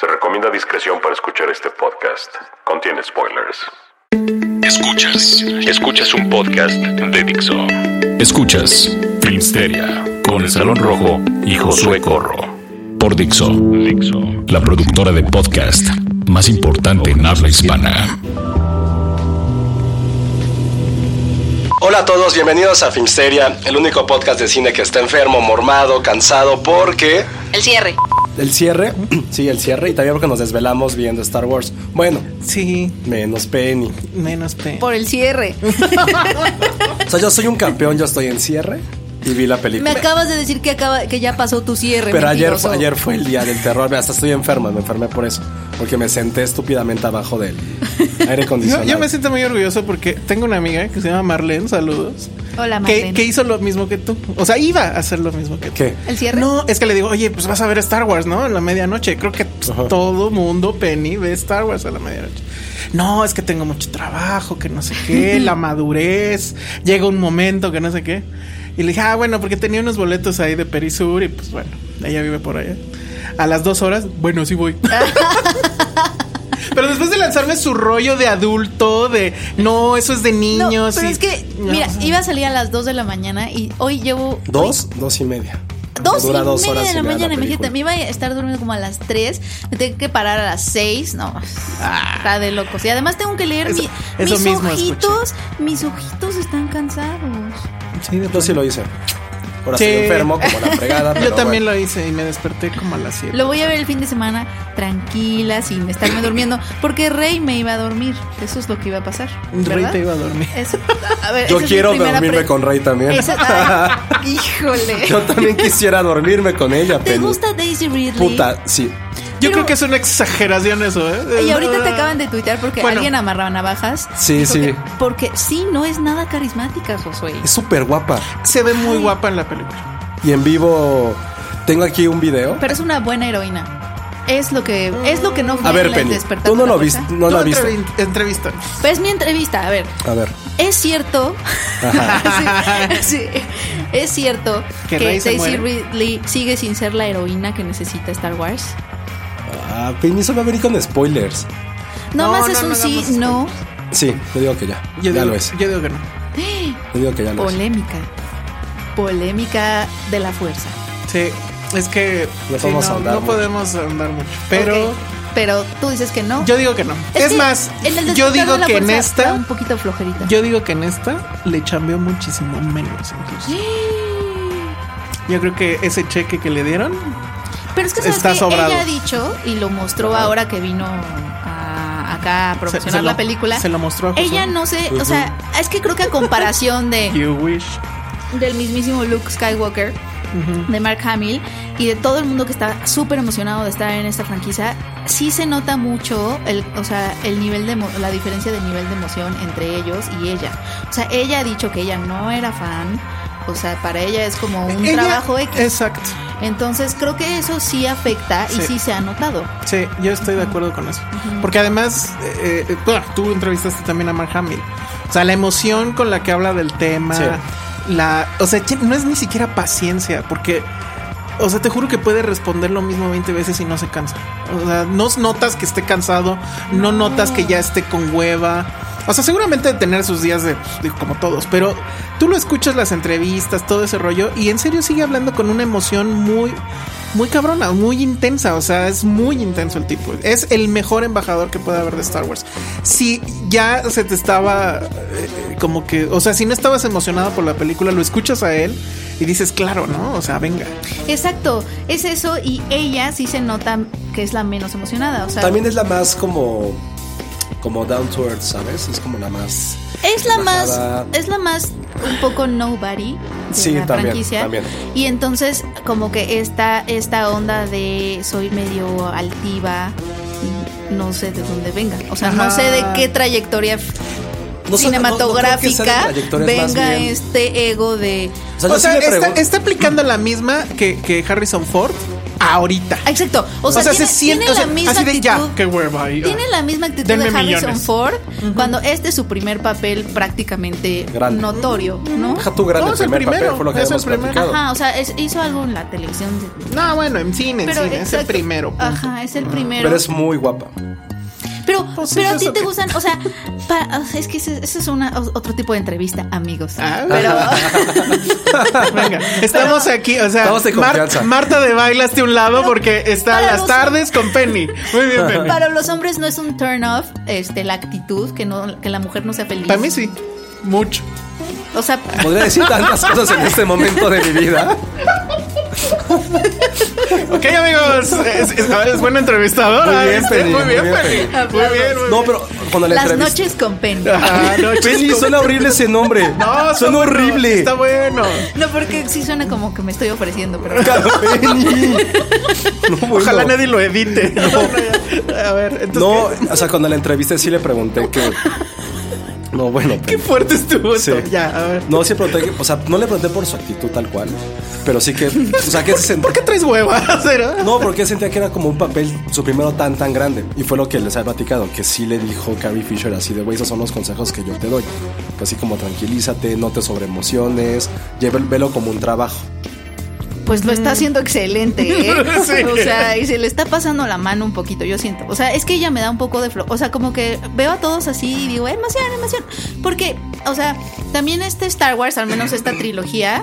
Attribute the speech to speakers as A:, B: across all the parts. A: Se recomienda discreción para escuchar este podcast. Contiene spoilers. Escuchas, escuchas un podcast de Dixo. Escuchas Filmsteria con el Salón Rojo y Josué Corro. Por Dixo, Dixo, la productora de podcast más importante en habla hispana.
B: Hola a todos, bienvenidos a Filmsteria, el único podcast de cine que está enfermo, mormado, cansado, porque...
C: El cierre.
B: El cierre, sí, el cierre, y también porque nos desvelamos viendo Star Wars. Bueno,
D: Sí,
B: menos Penny.
D: menos pe.
C: Por el cierre.
B: O sea, yo soy un campeón, yo estoy en cierre y vi la película.
C: Me acabas de decir que acaba, que ya pasó tu cierre.
B: Pero ayer,
C: mentiroso.
B: fue- ayer fue el día del terror, hasta estoy enfermo, me enfermé por eso, porque me senté estúpidamente abajo del aire
D: No,
B: acondicionado.
D: yo me siento muy orgulloso porque tengo una amiga que se llama Marlene, saludos.
C: Hola,
D: Que,
C: Marlene.
D: que hizo lo mismo que tú. O sea, iba a hacer lo mismo que tú.
B: ¿Qué?
C: ¿El cierre?
D: No, es que le digo, oye, pues vas a ver Star Wars, ¿no? A la medianoche. Creo que pues,
B: Ajá.
D: todo mundo, Penny, ve Star Wars a la medianoche. No, es que tengo mucho trabajo, que no sé qué, la madurez, llega un momento que no sé qué. Y le dije, ah, bueno, porque tenía unos boletos ahí de Perisur y pues bueno, ella vive por allá. A las dos horas, bueno, sí voy.
C: Ah,
D: Pero después de lanzarme su rollo de adulto, de no, eso es de
E: No,
D: niños.
E: pero
D: y-
E: es que,
D: No,
E: mira,
D: o sea,
E: iba a salir a las 2 de la mañana y hoy llevo
B: Dos, dos y media.
E: dos
B: Dura
E: y
B: dos
E: media
B: horas
E: de
B: y
E: la
B: media
E: mañana.
B: la
E: Imagínate,
B: película.
E: me iba a estar durmiendo como a las 3, me tengo que parar a las 6. No,
B: Ah.
E: está de locos. Y además tengo que leer
D: Eso-
E: mi-
D: eso
E: mis
D: mismo
E: ojitos. Mis ojitos están cansados.
D: sí, de-
B: Yo sí lo hice. Ahora
D: Sí.
B: estoy enfermo, como la fregada.
D: Yo también lo hice y me desperté como a las 7.
E: Lo voy a ver el fin de semana tranquila, sin estarme durmiendo, porque Rey me iba a dormir. Eso es lo que iba a pasar.
D: Rey
E: ¿verdad? Eh,
D: te iba a dormir.
E: Eso- a ver,
B: Yo
E: esa es mi
B: quiero
E: primera
B: dormirme
E: pre-
B: con Rey también.
E: Esa- ay, híjole.
B: Yo también quisiera dormirme con ella,
E: ¿Te
B: Penny.
E: gusta Daisy Ridley?
B: Puta, sí.
D: Yo
E: Pero-
D: creo que es una exageración eso, ¿eh?
E: Y ahorita te acaban de tuitear porque
D: Bueno.
E: alguien amarraba navajas.
B: Sí,
E: Dijo
B: sí.
E: que- Porque sí, no es nada carismática, Josué.
B: Es súper guapa.
D: Se ve muy guapa en la película.
B: Y en vivo tengo aquí un video.
E: Pero es una buena heroína. Es lo que, es lo que no fue
B: A ver,
E: en la
B: Penny,
E: despertar
B: tú no
E: de la
B: lo
E: fuerza.
B: viste, no
D: Tú
B: la viste.
D: entrevi- entrevista.
E: Pero es mi entrevista, a ver.
B: A ver.
E: Es cierto. Sí, sí. es cierto
D: Que
E: que,
D: Rey se
E: Daisy
D: muere.
E: Ridley sigue sin ser la heroína que necesita Star Wars.
B: Ah, Penny se va a venir con spoilers.
D: No,
E: No, más
D: no,
E: es
D: no,
E: un
D: no,
E: sí,
D: más es-
E: no.
B: Sí, yo digo que ya.
D: Yo,
B: ya
D: digo,
B: lo es.
D: yo digo que no.
B: Yo digo que ya lo es.
E: Polémica. Polémica de la fuerza.
D: Sí, es que
B: No
D: sí,
B: podemos
D: no,
B: ahondar
D: no
B: mucho.
D: podemos andar mucho. Pero
E: Ok, Pero tú dices que no.
D: yo digo que no. Es,
E: que
D: más,
E: en el
D: yo
E: despertar
D: digo
E: de la
D: que en
E: fuerza da
D: esta,
E: un poquito flojerita.
D: yo digo que en esta le chambeó muchísimo menos. incluso. Yo creo que ese cheque que le dieron,
E: Pero es que sabes
D: Está
E: que
D: sobrado.
E: ella ha dicho y lo mostró ahora que vino a- acá a promocionar
D: se lo-
E: la película.
D: se lo mostró a Josué.
E: Ella no sé, o sea, es que creo que a comparación de
D: you wish.
E: del mismísimo Luke Skywalker, de Mark Hamill y de todo el mundo que está súper emocionado de estar en esta franquicia, sí se nota mucho el, o sea, el nivel de emo- la diferencia de nivel de emoción entre ellos y ella. O sea, ella ha dicho que ella no era fan. O sea, para ella es como un
D: Ella-
E: trabajo X.
D: Exacto.
E: Entonces creo que eso sí afecta y
D: Sí.
E: sí se ha notado.
D: Sí, yo estoy de acuerdo con eso. Porque además, eh, eh, bueno, tú entrevistaste también a Mark Hamill. O sea, la emoción con la que habla del tema.
B: Sí.
D: La, o sea, che, no es ni siquiera paciencia, porque, o sea, te juro que puede responder lo mismo 20 veces y no se cansa. O sea, no notas que esté cansado, no notas que ya esté con hueva. O sea, seguramente de tener sus días de, de- como todos, pero tú lo escuchas las entrevistas, todo ese rollo, y en serio sigue hablando con una emoción muy, muy cabrona, muy intensa. O sea, es muy intenso el tipo. Es el mejor embajador que puede haber de Star Wars. Si ya se te estaba eh, como que, o sea, si no estabas emocionado por la película, lo escuchas a él y dices, claro, ¿no? O sea, venga.
E: Exacto, es eso y ella sí se nota que es la menos emocionada, o sea,
B: También es la más como. Como down to earth, ¿sabes? Es como la más.
E: es la más
B: bajada.
E: es la más un poco nobody de
B: Sí,
E: la
B: también,
E: franquicia.
B: también.
E: Y entonces como que esta esta onda de soy medio altiva y no sé de dónde venga, o sea, no
D: Ajá.
E: sé de qué trayectoria
B: No sé, no- no- no creo que sea de
E: cinematográfica
B: trayectorias más
E: venga
B: bien.
E: este ego de
B: O sea,
D: O
B: yo
D: sea,
B: sí le
D: está,
B: pregunto-
D: está aplicando la misma que, que Harrison Ford ahorita.
E: Ah, Exacto. O sea, tiene, tiene
D: o sea,
E: la misma
D: así de
E: actitud.
D: ya, qué hueva, ahí,
E: Tiene
D: ah.
E: la misma actitud
D: Denme
E: de Harrison
D: millones.
E: Ford cuando este es su primer papel prácticamente
B: Grande.
E: notorio, ¿no?
B: Deja tu gran
D: No, es el
B: primer papel,
D: primero,
B: fue lo que
D: es el
B: habíamos
D: primero.
B: platicado.
E: Ajá, o sea, es- hizo algo en la televisión.
D: No, bueno, en cine, en
E: Pero
D: cine, es el
E: exacto.
D: primero. punto. Ah.
E: Ajá, es el primero.
B: Pero es muy guapa.
E: Pero,
D: Pues
E: pero
D: es
E: a ti
D: eso
E: te
D: que-
E: gustan, o sea, para- es que ese- ese es una, o- otro tipo de entrevista, amigos.
D: Ah,
E: pero
D: Venga, estamos aquí, o sea,
B: Estamos de
D: Mar-
B: confianza.
D: Marta de bailaste un lado porque está a
E: para
D: las
E: los-
D: tardes con Penny. Muy bien, Penny. Para,
E: para los hombres no es un turn off este, la actitud, que, no, que la mujer no sea feliz.
D: mí sí, mucho.
E: O sea,
B: Podría decir tantas cosas en este momento de mi vida.
D: Ok, amigos, es, es- a ver, es buena entrevistadora.
B: Muy bien,
D: ¿viste?
B: Penny,
D: Muy bien,
B: muy bien,
D: Penny.
E: Penny.
D: Muy bien, muy
B: No,
D: bien.
B: pero cuando la
E: las
B: entrevista.
E: noches con Penny.
D: Ah, no,
B: Penny,
D: chicos.
B: suena horrible ese nombre.
D: No, está
B: suena
D: bueno,
B: horrible.
D: Está bueno.
E: No, porque sí suena como que me estoy ofreciendo, pero
B: Claro, Penny. No, bueno.
D: Ojalá nadie lo edite. A ver, entonces.
B: No, o sea, cuando la entrevisté sí le pregunté que. No, bueno.
D: Qué fuerte estuvo esto.
B: Sí.
D: Ya, a ver.
B: No, sí pregunté, que- o sea, no le pregunté por su actitud tal cual, pero sí que, o sea, que se sentía.
D: ¿Por qué traes huevas? era?
B: No, porque sentía que era como un papel, su primero tan, tan grande. Y fue lo que les había platicado, que sí le dijo Carrie Fisher así de, güey, esos son los consejos que yo te doy. Que así como tranquilízate, no te sobreemociones, lleva el velo como un trabajo.
E: Pues lo está haciendo excelente, ¿eh?
D: Mm. Sí.
E: O sea, y se le está pasando la mano un poquito, yo siento. O sea, es que ella me da un poco de flojo. O sea, como que veo a todos así y digo, emoción, emoción. Porque, o sea, también este Star Wars, al menos esta trilogía,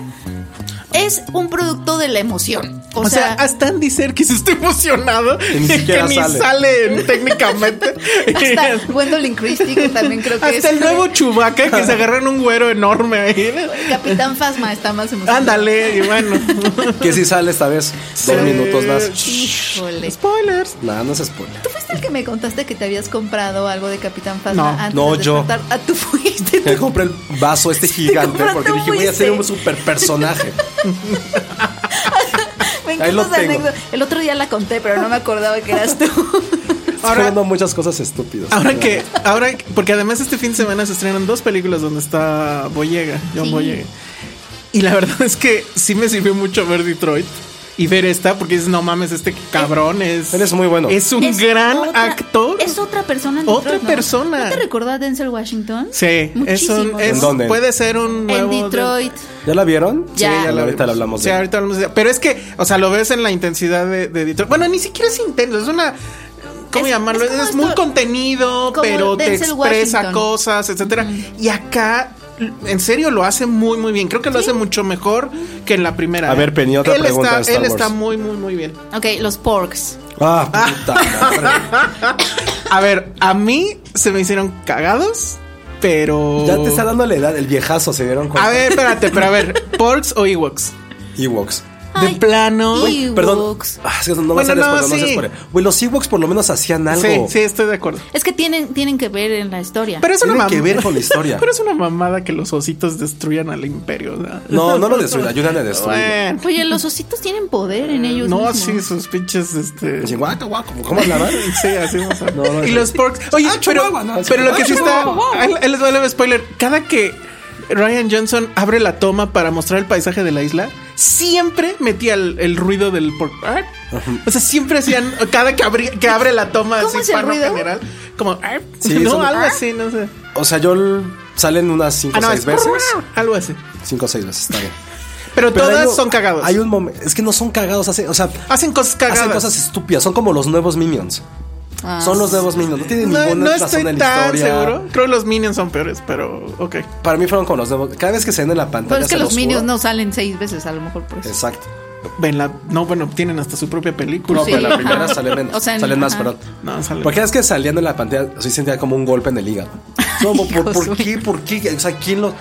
E: es un producto de la emoción. O,
D: O sea,
E: sea,
D: hasta Andy Serkis está emocionado
B: Que ni
D: que
B: siquiera
D: ni
B: sale.
D: sale, técnicamente.
E: hasta Gwendolyn Christie, que también creo que es.
D: Hasta el nuevo Chubaca que se agarran un güero enorme ahí.
E: Capitán Fasma está más emocionado.
D: Ándale, y bueno.
B: Que sí sale esta vez, dos minutos más.
E: Híjole.
D: Spoilers.
B: Nada, no es spoiler.
E: ¿Tú fuiste el que me contaste que te habías comprado algo de Capitán Fasma
D: No,
E: antes
B: no,
E: de
B: yo.
E: despertar? Ah, tú fuiste. tú
B: Me compré el vaso este gigante
E: compraste
B: porque
E: un
B: dije, voy a ser
E: buitre".
B: un super personaje.
E: Me
B: Ahí lo
E: encanta esa
B: tengo.
E: anécdota. El otro día la conté, pero no me acordaba que eras tú.
B: Estoy viendo muchas cosas estúpidas.
D: Ahora que, ahora, que- porque además este fin de semana se estrenan dos películas donde está Boyega, John
E: Sí.
D: Boyega. Y la verdad es que sí me sirvió mucho ver Detroit y ver esta, porque dices, no mames, este cabrón es.
B: Él es muy bueno.
D: Es un
E: Es
D: gran
E: otra-
D: actor.
E: Es otra persona. en
D: Otra
E: Detroit, ¿no?
D: persona.
E: ¿No te recordó a Denzel Washington?
D: Sí, es
E: Muchísimo,
D: un.
E: ¿no?
D: es-
B: ¿En dónde?
D: Puede ser un.
E: En
D: nuevo de-
E: Detroit.
B: ¿Ya la vieron?
E: Ya.
B: Sí,
D: la
B: ahorita
D: vimos.
B: la hablamos
D: Sí,
B: de-
D: ahorita hablamos de- Pero es que, o sea, lo ves en la intensidad de, de Detroit. Bueno, ni siquiera es intenso, es una. ¿Cómo
E: Es-
D: llamarlo?
E: es
D: Es,
E: como esto-
D: muy contenido,
E: como
D: pero te
E: Denzel
D: expresa
E: Washington.
D: cosas, etcétera. Y acá, en serio, lo hace muy, muy bien. Creo que lo hace mucho mejor que en la primera.
B: A ver,
D: ¿eh?
B: Penny, otra
D: él
B: pregunta
D: Está,
B: de Star
D: él
B: Wars.
D: está muy, muy, muy bien.
E: Ok, los porks.
B: Ah, puta madre.
D: A ver, a mí se me hicieron cagados, pero.
B: Ya te está dando la edad, el viejazo, se dieron cuenta.
D: A ver, espérate, pero a ver, ¿Porks o Ewoks?
B: Ewoks.
D: De
E: Ay,
D: plano.
E: Ewoks.
B: Perdón. Ah, es que no vas a responder,
D: Bueno, no,
B: no, vas a
D: sí.
B: responder. Güey, los Ewoks por lo menos hacían algo.
D: Sí, sí, estoy de acuerdo.
E: Es que tienen, tienen que ver en la historia.
D: Pero es una
B: Tiene que
D: mam-
B: ver con la historia.
D: Pero es una mamada que los ositos destruyan al imperio.
B: No, no lo destruyen, ayudan a destruirlo.
D: Bueno.
E: Oye, los ositos tienen poder en ellos
D: No,
E: mismos.
D: sí, sus pinches, este...
B: Así, guaca, guaca, ¿cómo hablaban?
D: Sí, así vamos a-
B: No, no,
D: y
B: sí.
D: los porks. Oye,
B: Ah,
D: pero,
B: Chihuahua, no,
D: pero
E: ah,
D: lo que sí está.
B: Chihuahua.
D: Él él les va a leer spoiler. Cada que Ryan Johnson abre la toma para mostrar el paisaje de la isla, siempre metía el, el ruido del pork. "Arp". O sea, siempre hacían. Cada que, abrí- que abre la toma,
E: ¿Cómo
D: así,
E: es el
D: pano
E: ruido? Ah.
D: general. Como. "Arp".
B: Sí,
D: no,
B: son-
D: algo
B: "Arp".
D: así, no sé.
B: O sea, yo l- salen unas 5
D: Ah,
B: o
D: no,
B: 6
D: es-
B: veces.
D: Algo así.
B: 5 o 6 veces, está bien.
D: Pero,
B: Pero
D: todas
B: hay un-
D: son cagados.
B: Hay un momento. Es que no son cagados, hacen, o sea,
D: Hacen cosas cagadas.
B: hacen cosas estúpidas. Son como los nuevos minions.
C: Ah,
B: son los nuevos Minions. No tienen
D: No,
B: ninguna
D: no
B: razón
D: estoy
B: en la
D: tan
B: historia.
D: seguro. Creo que los minions son peores, pero ok.
B: Para mí fueron con los nuevos. Cada vez que se ven en la pantalla.
E: Pero es que
B: se
E: los
B: juro.
E: minions no salen seis veces, a lo mejor por eso.
B: Exacto.
D: Ven la, no, bueno, tienen hasta su propia película.
B: No,
E: Sí.
B: pero la primera sale menos.
E: O sea,
B: salen más,
E: ajá.
B: perdón.
D: No, sale.
B: Porque es que saliendo en la pantalla, sí sentía como un golpe en el hígado. Como, ¿por,
E: Hijo
B: por
E: suyo.
B: qué? ¿Por qué? O sea, ¿quién, lo-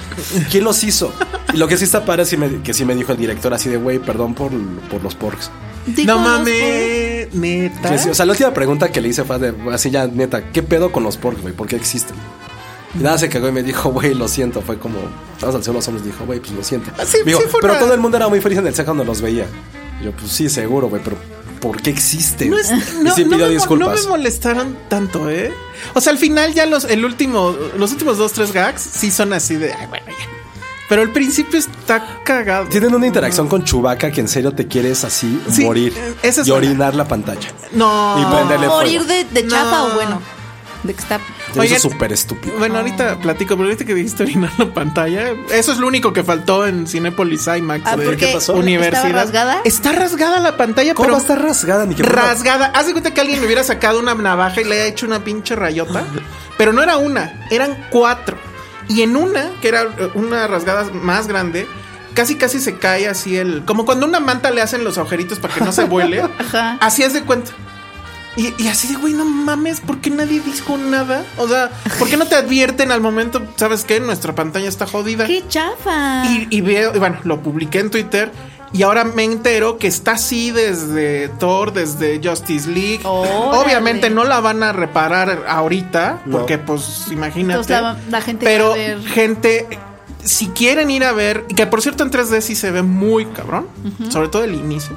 B: quién los hizo? Y lo que sí está padre, sí me- que sí me dijo el director así de, güey, perdón por, por los porcs.
E: Digo,
D: No
E: los
D: mames, neta.
B: Que sí, o sea, la última pregunta que le hice fue de, así ya, neta, ¿qué pedo con los porcs, güey? ¿Por qué existen? Y nada, se cagó y me dijo, güey, lo siento. Fue como, estabas al cielo los hombres, dijo, güey, pues lo siento.
D: Ah, sí,
B: Digo,
D: sí fue
B: pero
D: una-
B: todo el mundo era muy feliz en el set cuando los veía. Y Yo, pues sí, seguro, güey, pero ¿por qué existen?
D: No, es-
B: y
D: no-
B: sí
D: no
B: pidió
D: me, mo-
B: disculpas.
D: no me molestaron tanto, ¿eh? O sea, al final ya los, el último, los últimos dos, tres gags sí son así de, ay, bueno, ya. Pero el principio está cagado.
B: Tienen una interacción con Chubaca que en serio te quieres así
D: Sí,
B: morir
D: eh, esa es
B: y
D: una.
B: orinar la pantalla.
D: No.
B: Y prenderle
C: ¿Morir
B: fuego.
C: de, de chafa
D: No.
C: o bueno? De que está.
B: Eso
D: Oigan-
B: es súper estúpido.
D: Bueno, ahorita platico, pero ahorita que dijiste orinar la pantalla, eso es lo único que faltó en Cinépolis IMAX.
C: Ah,
D: de
C: porque
D: ¿qué pasó?
C: estaba
D: universidad.
C: rasgada.
D: Está rasgada la pantalla,
B: ¿Cómo
D: pero
B: va a estar rasgada, ni que fuera-
D: rasgada. Haz de cuenta que alguien le hubiera sacado una navaja y le haya hecho una pinche rayota. Pero no era una, eran cuatro. Y en una, que era eh, una rasgada más grande, casi casi se cae así el. Como cuando a una manta le hacen los agujeritos para que no se vuele.
E: Ajá.
D: Así es de cuenta. Y, y así de, güey, no mames, ¿por qué nadie dijo nada? O sea, ¿por qué no te advierten al momento? ¿Sabes qué? Nuestra pantalla está jodida.
E: ¡Qué chafa!
D: Y, y veo, y bueno, lo publiqué en Twitter. Y ahora me entero que está así desde Thor, desde Justice League.
E: Órale.
D: Obviamente no la van a reparar ahorita,
B: No.
D: porque pues imagínate.
E: Entonces la, la gente
D: pero
E: va a ver-
D: gente, si quieren ir a ver, y que por cierto en 3D sí se ve muy cabrón, sobre todo el inicio.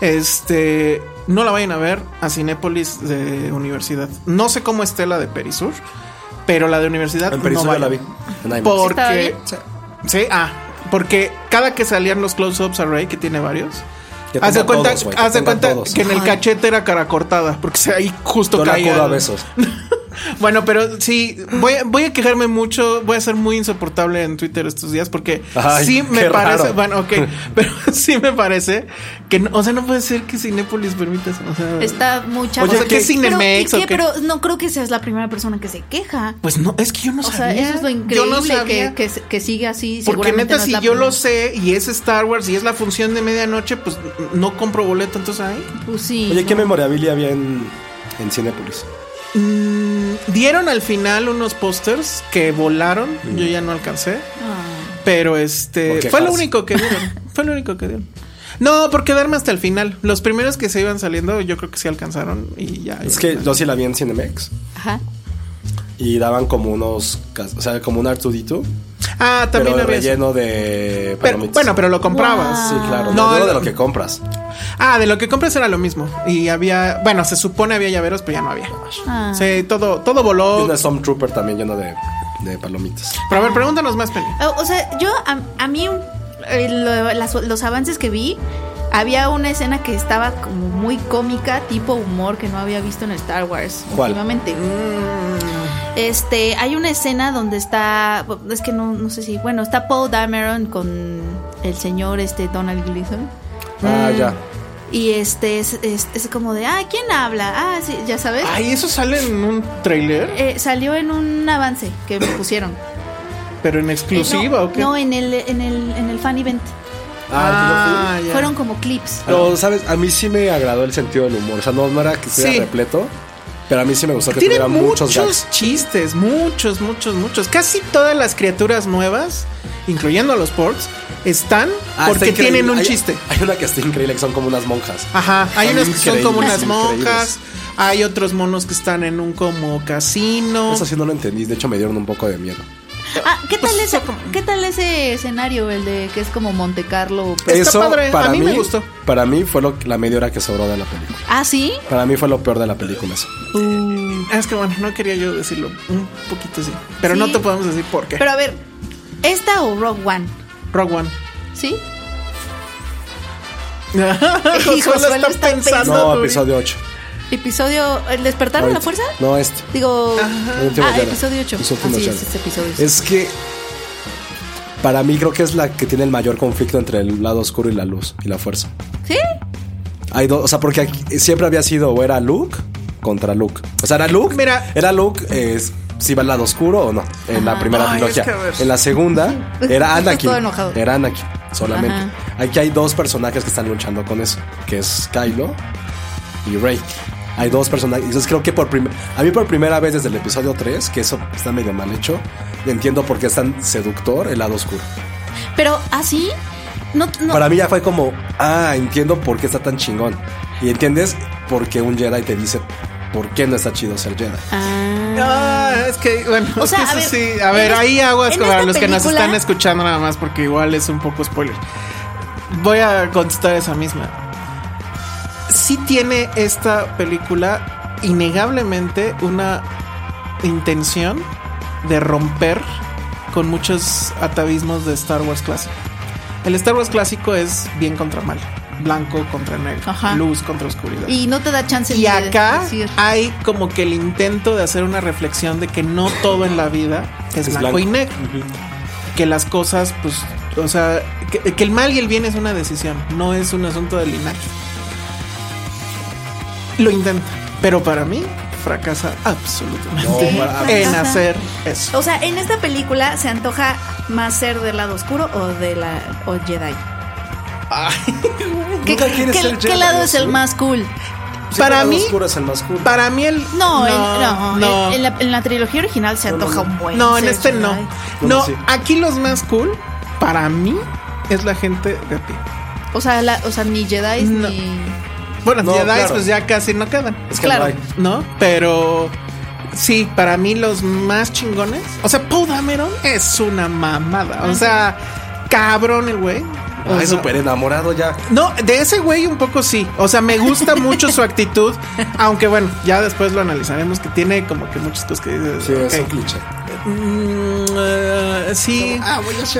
D: Este, no la vayan a ver a Cinépolis de Universidad. No sé cómo esté la de Perisur, pero la de Universidad
B: En Perisur
D: no
B: yo la vi.
D: vayan.
B: En IMAX.
E: ¿Estaba
D: Porque.
E: bien?
D: Sí, ah. Porque cada que salían los close-ups array, que tiene varios.
B: Que
D: Haz de
B: tenga
D: cuenta,
B: todos, güey, que
D: haz de
B: tenga
D: cuenta
B: todos.
D: que en el
E: Ay.
D: cachete era cara cortada, porque se- ahí justo
B: Yo la
D: caía.
B: acudo a
D: el-
B: besos.
D: Bueno, pero sí, voy, a- voy a quejarme mucho, voy a ser muy insoportable en Twitter estos días, porque
B: Ay,
D: sí me
B: qué
D: parece,
B: raro.
D: bueno, ok, pero sí me parece que, no- o sea, no puede ser que Cinépolis permita eso. O sea,
E: Está mucha
D: Oye, ¿qué Cinemex
E: Cinemex?
D: o
E: Pero, ¿y qué?
D: qué?
E: Pero no creo que seas la primera persona que se queja.
D: Pues no, es que yo no
E: o sea,
D: sabía.
E: eso es lo
D: Yo
E: increíble
D: no
E: que,
D: sabía.
E: que, se- que sigue así.
D: Porque
E: seguramente
D: neta,
E: no es
D: si
E: la
D: yo
E: primera.
D: lo sé y es Star Wars y es la función de medianoche, pues no compro boleto, entonces ahí.
E: Pues sí.
B: Oye, ¿qué
E: no.
B: memorabilia había en, en Cinepolis?
D: Dieron al final unos pósters que volaron, yo ya no alcancé,
E: Ah,
D: pero
B: Mm. ¿Por
D: este...
B: qué
D: Fue lo
B: vas?
D: único que dieron, fue lo único que dieron. No, por quedarme hasta el final. Los primeros que se iban saliendo, yo creo que sí alcanzaron y ya.
B: Es
D: ya.
B: que yo sí la vi en Cinemex
E: Ajá.
B: y daban como unos, cas- o sea, como un artudito,
D: Ah,
B: pero
D: también había... eso.
B: relleno de
D: Pero-
B: palomitas. Ah,
D: bueno, pero lo comprabas.
B: Sí, claro.
D: No,
B: No, digo
D: el-
B: de lo que compras.
D: Ah, de lo que compras era lo mismo. Y había, bueno, se supone había llaveros, pero ya no había.
E: Ah.
D: Sí, todo, todo
B: Y
D: voló.
B: una Stormtrooper también llena de, de palomitas.
D: Pero a ver, pregúntanos más, Penny.
E: Ah, O- O sea, yo a, a mí eh, lo- las- los avances que vi, había una escena que estaba como muy cómica, tipo humor que no había visto en Star Wars
B: ¿Cuál?
E: últimamente.
D: Mm.
E: Este, hay una escena donde está, es que no, no sé si, bueno, está Paul Dameron con el señor este Donald Gleason.
B: Ah,
D: Mm.
B: ya.
E: Y este es, es- es como de, ah, ¿quién habla? Ah, sí, ya sabes.
D: Ay, eso sale en un trailer,
E: Eh, salió en un avance que me pusieron.
D: pero en
E: Eh,
D: exclusiva
E: no,
D: o qué?
E: No, en el, en el, en el fan event.
B: Ah,
D: Ah, ya.
E: Fueron como clips.
B: Pero, ¿sabes? A mí sí me agradó el sentido del humor. O sea, no, no era que estuviera
D: Sí.
B: repleto, pero a mí sí me gustó que
D: Tiene
B: tuviera muchos
D: muchos
B: gags.
D: chistes, muchos, muchos, muchos. Casi todas las criaturas nuevas, incluyendo a los ports, están
B: Ah, está
D: porque
B: increíble.
D: tienen un
B: Hay-
D: chiste.
B: Hay una que está increíble, que son como unas monjas.
D: Ajá, hay
B: Son
D: unas que son
B: increíbles,
D: como unas
B: increíbles.
D: monjas, hay otros monos que están en un como casino.
B: Eso sí no lo entendí, de hecho me dieron un poco de miedo.
E: Ah, ¿qué tal,
D: Pues,
E: ese,
D: son como-
E: ¿qué tal ese escenario, el de que es como Monte Carlo?
D: Está padre, a mí me gustó.
B: Para mí fue lo- la media hora que sobró de la película.
E: Ah, sí.
B: Para mí fue lo peor de la película eso.
D: Ah, Es que bueno, no quería yo decirlo un poquito así, pero no
E: Sí.
D: te podemos decir por qué.
E: Pero a ver, ¿esta o Rogue One?
D: Rogue One.
E: ¿Sí?
D: Josué
E: Josué lo
D: lo
E: está
D: está
E: pensando.
D: pensando.
B: No,
D: ahorita.
B: episodio 8.
E: ¿Episodio. ¿El despertar de la
B: Ahorita.
E: fuerza?
B: No, este.
E: Digo.
B: El último
E: Ah,
B: Jedi.
E: episodio 8.
B: Los últimos
E: Así es,
B: Jedi.
E: este episodio.
B: Es que para mí creo que es la que tiene el mayor conflicto entre el lado oscuro y la luz y la fuerza.
E: ¿Sí?
B: Hay dos, o sea, porque aquí- siempre había sido o era Luke contra Luke. O sea, era Luke.
D: Mira.
B: Era Luke. es si va al lado oscuro o no. En la primera
D: Ay,
B: trilogía.
D: es que a ver.
B: en la segunda era Anakin.
C: Todo enojado.
B: Era Anakin, solamente.
C: Ajá.
B: Aquí hay dos personajes que están luchando con eso, que es Kylo y Rey. Hay dos personajes. Entonces creo que por primera... A mí por primera vez desde el episodio 3, que eso está medio mal hecho, entiendo por qué es tan seductor el lado oscuro.
E: Pero así, no, no-
B: Para mí ya fue como, ah, entiendo por qué está tan chingón. Y entiendes por qué un Jedi te dice por qué no está chido ser Jedi.
D: Ah, es que, bueno,
E: O
D: es
E: sea,
D: que
E: a
D: eso
E: ver,
D: sí. A
E: en
D: ver,
E: es-
D: ahí aguas
E: en
D: para
E: esta
D: los que nos
E: película-
D: están escuchando nada más, porque igual es un poco spoiler. Voy a contestar esa misma. Sí tiene esta película innegablemente una intención de romper con muchos atavismos de Star Wars clásico. El Star Wars clásico es bien contra mal, blanco contra negro,
E: Ajá.
D: luz contra oscuridad.
E: y no te da chance ni
D: Y
E: de
D: acá
E: decir.
D: hay como que el intento de hacer una reflexión de que no todo en la vida
B: Es
D: es,
B: blanco.
D: blanco, y negro. Que las cosas, pues, o sea, que, que el mal y el bien es una decisión, no es un asunto de linaje. Lo intenta, pero para mí fracasa absolutamente
E: No,
B: para-
D: en
E: fracasa.
D: hacer eso.
E: O sea, en esta película se antoja más ser del lado oscuro o de la o Jedi. ¿Qué,
B: Nunca quieres
E: qué-
B: ser
E: qué
B: Jedi,
E: lado es el
B: ¿sí?
E: más cool?
B: Siempre
D: Para
B: el lado
D: mí-
B: oscuro es el más cool.
D: Para mí el...
E: No, en, no, en-
D: no.
E: En, la, en la trilogía original se
B: No, no,
E: antoja
B: no.
E: un buen.
D: No, en
E: ser
D: este no.
E: Jedi.
B: Bueno,
D: No,
B: sí.
D: aquí los más cool, para mí, es la gente de a pie.
E: O sea, la- o sea ni Jedi
D: No.
E: ni.
D: Bueno,
B: No,
D: Jedi
B: claro.
D: pues ya casi no quedan.
B: Es que
E: claro.
B: no hay.
D: ¿no? Pero sí, para mí los más chingones. O sea, Paul Dameron es una mamada. O sea, cabrón el güey. O
B: Ay,
D: sea,
B: súper enamorado ya.
D: No, de ese güey un poco sí. O sea, me gusta mucho su actitud. Aunque bueno, ya después lo analizaremos que tiene como que muchas cosas que dices.
B: Sí, es
D: "Ok,
B: un cliché.
D: Mm, eh, sí.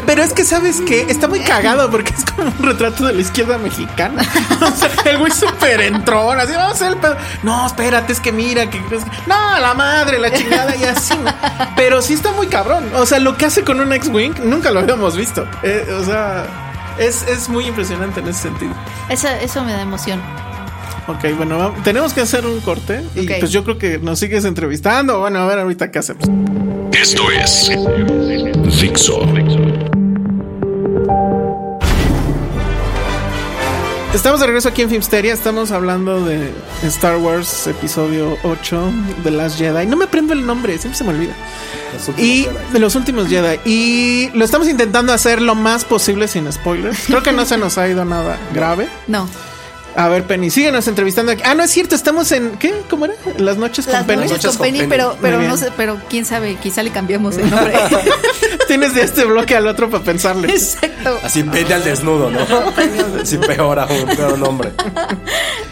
D: Pero es que, ¿sabes que Está muy cagado porque es como un retrato de la izquierda mexicana. O sea, el güey súper entró. Así, vamos a hacer el pedo. No, espérate, es que mira. Que, es que- no, la madre, la chingada y así. ¿no? Pero sí está muy cabrón. O sea, lo que hace con un X-Wing nunca lo habíamos visto. Eh, o sea, es, es muy impresionante en ese sentido.
E: Eso, eso me da emoción.
D: Ok, bueno, va- tenemos que hacer un corte. Y
E: Ok.
D: pues yo creo que nos sigues entrevistando. Bueno, a ver ahorita qué hacemos.
A: Esto es Dixo.
D: Estamos de regreso aquí en Filmsteria, estamos hablando de Star Wars episodio 8 The Last Jedi. No me aprendo el nombre, siempre se me olvida.
B: Los últimos
D: Y
B: Jedi.
D: de los últimos Jedi. Y lo estamos intentando hacer lo más posible sin spoilers. Creo que no se nos ha ido nada grave.
E: No.
D: A ver, Penny, síguenos entrevistando aquí. Ah, no es cierto, estamos en... ¿Qué? ¿Cómo era? Las noches con
E: Las
D: Penny.
E: noches
B: Noches
E: con
B: con
E: Penny,
B: Penny.
E: pero, pero
D: Muy
E: no
D: bien.
E: sé, pero quién sabe, quizá le cambiamos el nombre.
D: Tienes de este bloque al otro para pensarle.
E: Exacto.
B: Así pende al desnudo, ¿no? Sí, peor aún, peor nombre.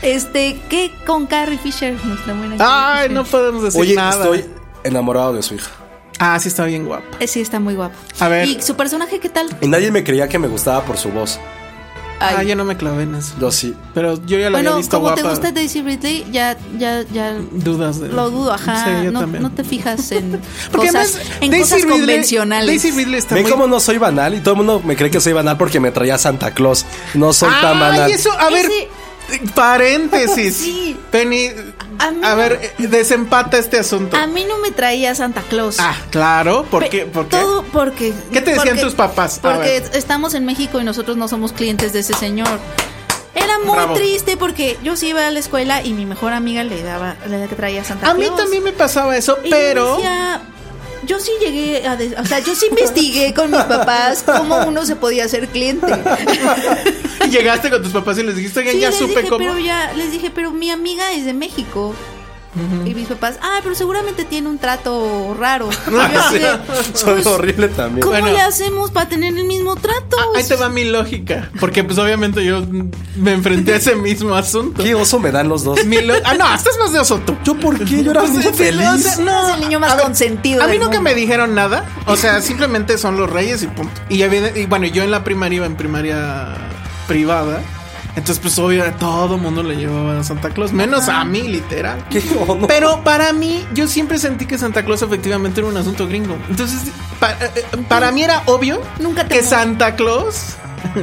E: Este, ¿qué con Carrie Fisher? Nuestra buena Carrie
D: Ay,
E: Fisher.
D: no podemos decir
B: Oye,
D: nada.
B: estoy enamorado de su hija.
D: Ah, sí, está bien guapo.
E: Eh, Sí, está muy guapa.
D: A ver.
E: ¿Y su personaje qué tal?
B: Y nadie me creía que me gustaba por su voz.
D: Ah, yo no me clavé en eso.
B: Yo sí.
D: Pero yo ya lo
E: bueno,
D: había visto
E: como
D: guapa.
E: te gusta Daisy Ridley, ya, ya, ya
D: Dudas de...
E: lo dudo, ajá.
D: Sí, yo
E: no,
D: también.
E: no te fijas en
D: Porque
E: cosas,
D: además,
E: en
D: Daisy
E: cosas
D: Ridley-
E: convencionales.
D: Daisy Ridley está
B: ¿Ven
D: muy...
B: cómo no soy banal? Y todo el mundo me cree que soy banal porque me traía Santa Claus. No soy tan banal.
D: Ay, eso, a ver, paréntesis.
E: Sí.
D: Penny,
E: A mí
D: a
E: no-
D: ver, eh, desempata este asunto.
E: A mí no me traía Santa Claus.
D: Ah, claro, ¿por
E: Pe-
D: qué? ¿Por qué?
E: Todo porque.
D: ¿Qué te decían
E: porque-
D: tus papás? A
E: Porque
D: ver.
E: estamos en México y nosotros no somos clientes de ese señor. Era muy
D: Bravo.
E: triste porque yo sí iba a la escuela y mi mejor amiga le daba, le traía Santa
D: A mí
E: Claus.
D: también me pasaba eso,
E: Y yo
D: pero...
E: decía, yo sí llegué a. de- o sea, yo sí investigué con mis papás cómo uno se podía ser cliente.
D: Y Llegaste con tus papás y les dijiste, oigan,
E: Sí,
D: ya
E: les
D: supe
E: dije,
D: cómo...
E: Pero ya, les dije, pero mi amiga es de México. Y mis papás, ah, pero seguramente tiene un trato raro. Y yo así de,
B: Soy
E: "Pues,
B: horrible también.
E: ¿Cómo
D: Bueno.
E: le hacemos para tener el mismo trato?
D: Ah, Ahí te va mi lógica, porque pues obviamente yo me enfrenté a ese mismo asunto.
B: ¿Qué oso me dan los dos?
D: Mi lo- ah, no, estás más de oso tú.
B: ¿Yo por qué? Yo era
D: Pues,
B: muy
D: es el- o sea,
B: feliz.
D: no,
E: Es el niño más
D: a ver,
E: consentido
D: A mí
E: del
D: nunca
E: mundo.
D: me dijeron nada. O sea, simplemente son los reyes y punto. Y, ya viene- y bueno, yo en la primaria iba en primaria privada. Entonces, pues obvio, a todo mundo le llevaba a Santa Claus, menos a mí, literal.
B: ¿Qué ono?
D: Pero para mí, yo siempre sentí que Santa Claus efectivamente era un asunto gringo. Entonces, pa- eh, para mí era obvio
E: Nunca te
D: que
E: mo-
D: Santa Claus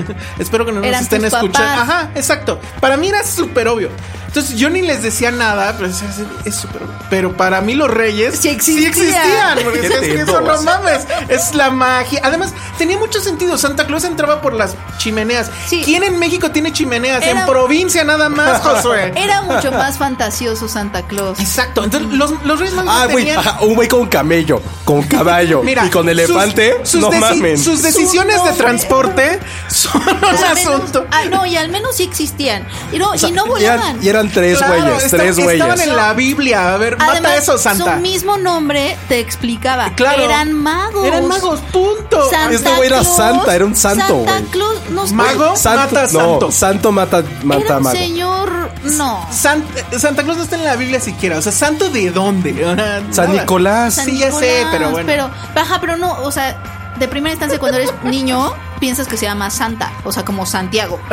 D: Espero que no nos
E: Eran
D: estén
E: tus
D: escuchando.
E: papás.
D: Ajá, exacto. Para mí era súper obvio. Entonces yo ni les decía nada, pero es- es es súper obvio. Pero para mí los reyes
E: Sí existían.
D: existían, porque
F: Qué
D: es que
F: tiempos.
D: eso no mames. Es la magia. Además, tenía mucho sentido. Santa Claus entraba por las chimeneas.
E: Sí.
D: ¿Quién en México tiene chimeneas?
E: Era-
D: En provincia nada más, Josué.
E: Era mucho más fantasioso Santa Claus.
D: Exacto. Entonces los, los reyes magos
B: Ah, güey,
D: tenían...
B: ajá, un güey con camello, con caballo
D: Mira,
B: y con
D: sus-
B: elefante.
D: Sus,
B: no
D: deci-
B: mamen.
D: sus decisiones de
E: nombre.
D: transporte son
E: Al
D: un
E: menos-
D: asunto.
E: ah, no, y al menos sí existían. Y no, y no
B: Y eran,
E: volaban.
B: y eran tres
D: Claro,
B: güeyes,
D: esta-
B: tres
D: Estaban
B: güeyes.
D: en la Biblia. A ver, mata
E: Además,
D: eso, Santa.
E: su mismo nombre te explicaba.
D: Claro.
E: Eran magos.
D: Eran magos, punto.
E: Santa
B: Este güey era
E: Claus-
B: santa, era un santo,
E: Santa
B: güey.
E: Claus, no sé.
D: Mago,
E: era
B: Santo,
D: mata santo.
B: no, santo mata, mata
E: un
B: mago.
E: señor, no.
D: San- Santa Claus no está en la Biblia siquiera. O sea, ¿santo de dónde? O sea,
B: San
D: nada.
B: Nicolás.
E: San
D: Sí, ya sé,
E: Nicolás,
D: pero bueno.
E: Pero, baja, pero no, o sea, de primera instancia cuando eres niño, piensas que se llama Santa, o sea, como Santiago.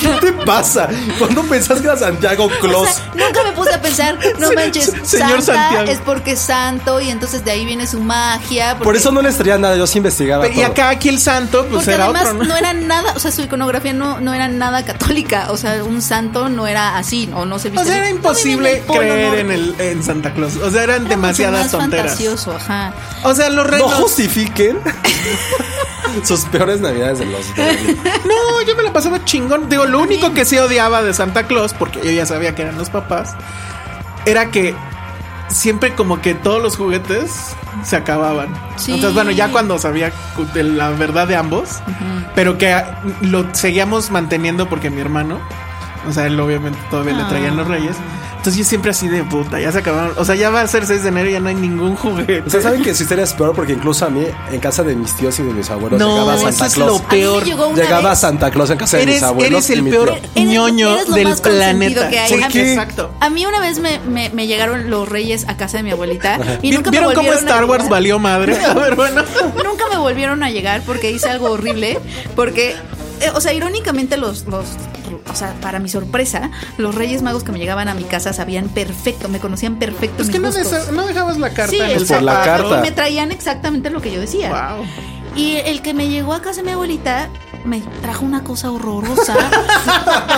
B: ¿Qué te pasa? ¿Cuándo pensás que era Santiago
E: O
B: Claus?
E: sea, nunca me puse a pensar, no manches,
D: señor
E: Santa
D: Santiago.
E: es porque es santo y entonces de ahí viene su magia.
B: Por
E: porque-
B: eso no les traía nada, yo sí investigaba.
D: Pero- y
B: todo.
D: acá aquí el santo, pues
E: Porque
D: era
E: además
D: otro, ¿no?
E: no era nada, o sea, su iconografía no, no era nada católica. O sea, un santo no era así, o no se viste.
D: O sea, era
E: así. No viene
D: imposible
E: del Polo
D: creer
E: Norte.
D: en, el, en Santa Claus. O sea, eran
E: Era
D: demasiadas
E: mucho más
D: tonteras.
E: fantasioso, ajá.
D: O sea, los
B: No
D: renos.
B: justifiquen sus peores navidades de los
D: No, yo me la pasaba chingón. Digo, lo único que sí odiaba de Santa Claus, porque yo ya sabía que eran los papás, era que siempre como que todos los juguetes se acababan.
E: Sí.
D: Entonces, bueno, ya cuando sabía cu- de la verdad de ambos, pero que ah, lo seguíamos manteniendo porque mi hermano, o sea, él obviamente todavía le traían los reyes. Entonces yo siempre así de puta, ya se acabaron. O sea, ya va a ser 6 de enero y ya no hay ningún juguete.
B: Ustedes saben que su historia es peor porque incluso a mí, en casa de mis tíos y de mis abuelos,
D: No,
B: llegaba
D: eso
B: Santa
D: es
B: Claus.
D: lo peor.
E: A mí me llegó una
B: Llegaba
E: vez-
B: Santa Claus en casa de
D: Eres,
B: mis abuelos.
D: eres
B: y
D: el
B: mi
D: peor
B: tío.
E: Eres-
D: ñoño
E: eres lo
D: del
E: más consentido
D: planeta.
E: que hay. ¿Por
B: qué?
D: Exacto.
E: A mí una vez me, me- me llegaron los reyes a casa de mi abuelita y
D: ¿Vi-
E: nunca me
D: ¿Vieron cómo
E: volvieron a
D: Star Wars
E: llegar.
D: valió madre? A ver, bueno.
E: Nunca me volvieron a llegar porque hice algo horrible. Porque, eh, o sea, irónicamente, los, los. O sea, para mi sorpresa, los Reyes Magos que me llegaban a mi casa sabían perfecto, me conocían perfecto.
D: Es
E: mis
D: que no,
E: gustos.
D: desa- no dejabas la carta
E: Sí,
D: en el
E: exacto.
B: Por la
D: zapato.
B: carta.
E: Me traían exactamente lo que yo decía.
D: Wow.
E: Y el que me llegó a casa de mi abuelita me trajo una cosa horrorosa.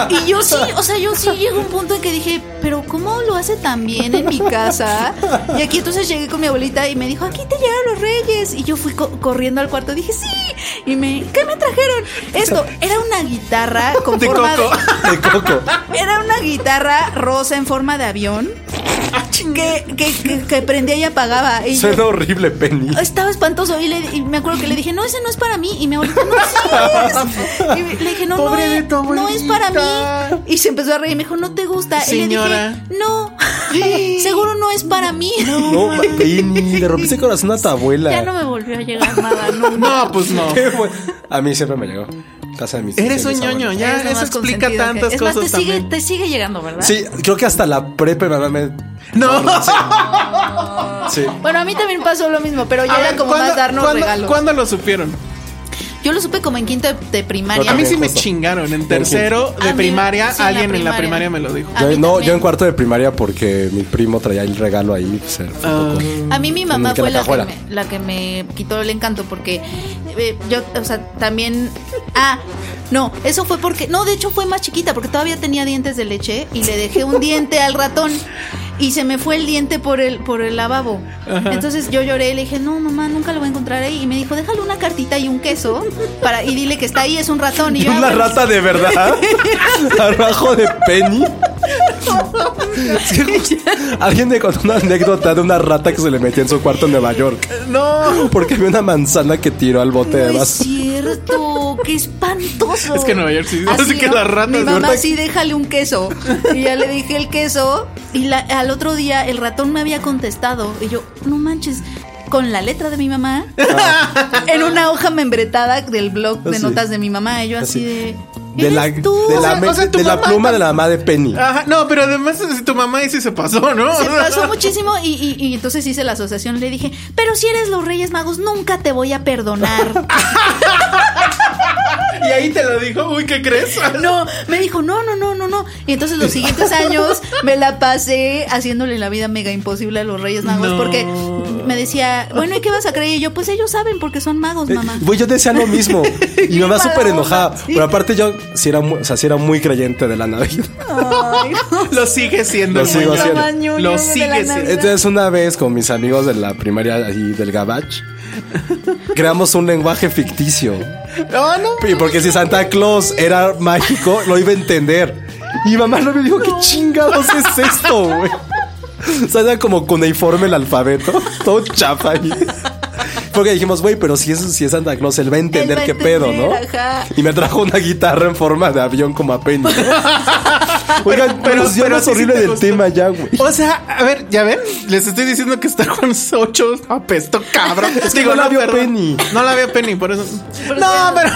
E: y yo sí, o sea, yo sí llegué a un punto en que dije, pero ¿cómo lo hace tan bien en mi casa? Y aquí entonces llegué con mi abuelita y me dijo, aquí te llegaron los reyes. Y yo fui co- corriendo al cuarto, dije, sí. Y me, ¿qué me trajeron? Esto era una guitarra con
D: De
E: forma
D: coco.
B: De coco.
E: era una guitarra rosa en forma de avión
D: Ah,
E: que, que, que- que prendía y apagaba. Y yo-
B: Suena horrible, Penny.
E: estaba espantoso y, le- y me acuerdo que le dije, no, ese no es para mí. Y mi abuelita, no, sí es. Y me- le dije, no,
D: Pobre
E: no,
D: de
E: es,
D: tu
E: no es
D: abuelita.
E: para mí. Y se empezó a reír y me dijo, no te gusta.
D: Señora.
E: Y le dije, no, seguro no es para mí.
B: No, ma- Penny, le rompiste el corazón a tu abuela.
E: Ya no me volvió a llegar nada, no.
D: No, pues no.
B: Qué bueno. A mí siempre me llegó. Casa de mis tíos y
D: Eres
B: mis
D: un ñoño,
B: abuelos.
D: ya
E: Es lo
D: eso
E: más
D: explica
E: consentido
D: tantas
E: que- es más,
D: cosas
E: te sigue,
D: también.
E: te sigue llegando, ¿verdad?
B: Sí, creo que hasta la prepa, mi mamá me.
D: No,
E: Ah.
B: Sí.
E: Bueno, a mí también pasó lo mismo, pero ya
D: A
E: era
D: ver,
E: como
D: ¿cuándo-
E: más darnos
D: cuándo-
E: regalos.
D: ¿Cuándo lo supieron?
E: Yo lo supe como en quinto de, de primaria.
D: A mí
B: Bien,
D: sí me
B: justo.
D: chingaron. En
B: Bien,
D: tercero
E: justo.
D: de
E: A mí-
D: primaria,
E: sí, en la
D: alguien en la
E: primaria.
D: primaria me lo dijo.
E: A
B: Yo-
E: mí
B: no,
E: también.
B: yo en cuarto de primaria porque mi primo traía el regalo ahí. pues,
D: Ah.
B: era un poco-
E: A mí mi mamá
B: que
E: fue
B: la
E: la que,
B: cajuela.
E: me, la que me quitó el encanto porque eh, yo, o sea, también... Ah, no, eso fue porque... No, de hecho fue más chiquita porque todavía tenía dientes de leche y le dejé un diente al ratón y se me fue el diente por el, por el lavabo. Entonces yo lloré y le dije, no, mamá, nunca lo voy a encontrar ahí. Y me dijo, déjale una cartita y un queso para, y dile que está ahí, es un ratón. Y yo, "Ah,
B: Una
E: bueno".
B: rata de verdad. Abajo de Penny. Es que justo- Alguien me contó una anécdota de una rata que se le metió en su cuarto en Nueva York. No. Porque había una manzana que tiró al bote de
E: No es
B: basura.
E: cierto, qué espantoso.
D: Es que en Nueva York sí, así que
E: ¿no?
D: las ratas,
E: Mi
D: de
E: mamá
D: verdad.
E: sí, déjale un queso. Y ya le dije el queso. Y la- al otro día el ratón me había contestado. Y yo, no manches. Con la letra de mi mamá en una hoja membretada del blog de
B: Ah. Así.
E: notas de mi mamá. Y yo
B: Así.
E: así de.
B: De la,
E: "¿Eres tú?".
B: de la,
D: sea,
B: me-
D: o sea, tu
B: de la
D: mamá Ah,
B: pluma de la mamá de Penny.
D: Ajá, no, pero además si tu mamá ahí sí se pasó, ¿no?
E: Se pasó muchísimo y, y- y entonces hice la asociación. Le dije, pero si eres los Reyes Magos, nunca te voy a perdonar.
D: Y ahí te lo dijo, uy, ¿qué crees?
E: No, me dijo, no, no, no, no, no. Y entonces los siguientes años me la pasé haciéndole la vida mega imposible a los Reyes Magos
D: No.
E: porque me decía, bueno, ¿y qué vas a creer? Y yo, pues ellos saben porque son
D: Eh,
E: magos, mamá.
B: Güey, yo decía lo mismo. Y mi mamá
E: mala
B: súper
E: onda,
B: enojada.
E: sí.
B: Pero aparte yo sí era, mu- o sea, sí era muy creyente de la Navidad.
D: Lo sigue siendo.
B: Lo sigo
D: güey.
B: haciendo.
E: Mamá ñoña
D: Lo
E: de la
D: sigue siendo.
E: Navidad.
B: Entonces una vez con mis amigos de la primaria y del Gabach, creamos un lenguaje ficticio.
D: No, Ah, no.
B: Y porque si Santa Claus era mágico, lo iba a entender. Y mamá no me dijo, ¿qué chingados es esto, güey? O sea, era como cuneiforme el alfabeto, todo chapa ahí. Porque dijimos, güey, pero si es, si es Santa Claus, él va a entender
E: Él va a
B: qué pedo, ¿no?
E: entender, ajá.
B: Y me trajo una guitarra en forma de avión como a Penny. Oigan, pero,
D: pero-
B: nos dio
D: pero
B: más
D: sí, sí
B: horrible
D: te
B: del
D: gustó.
B: tema ya, güey.
D: O sea, a ver, ya ven, les estoy diciendo que Star Wars 8 apesto cabrón.
B: Es que no la vio Penny.
D: No la vio Penny, por eso. no, pero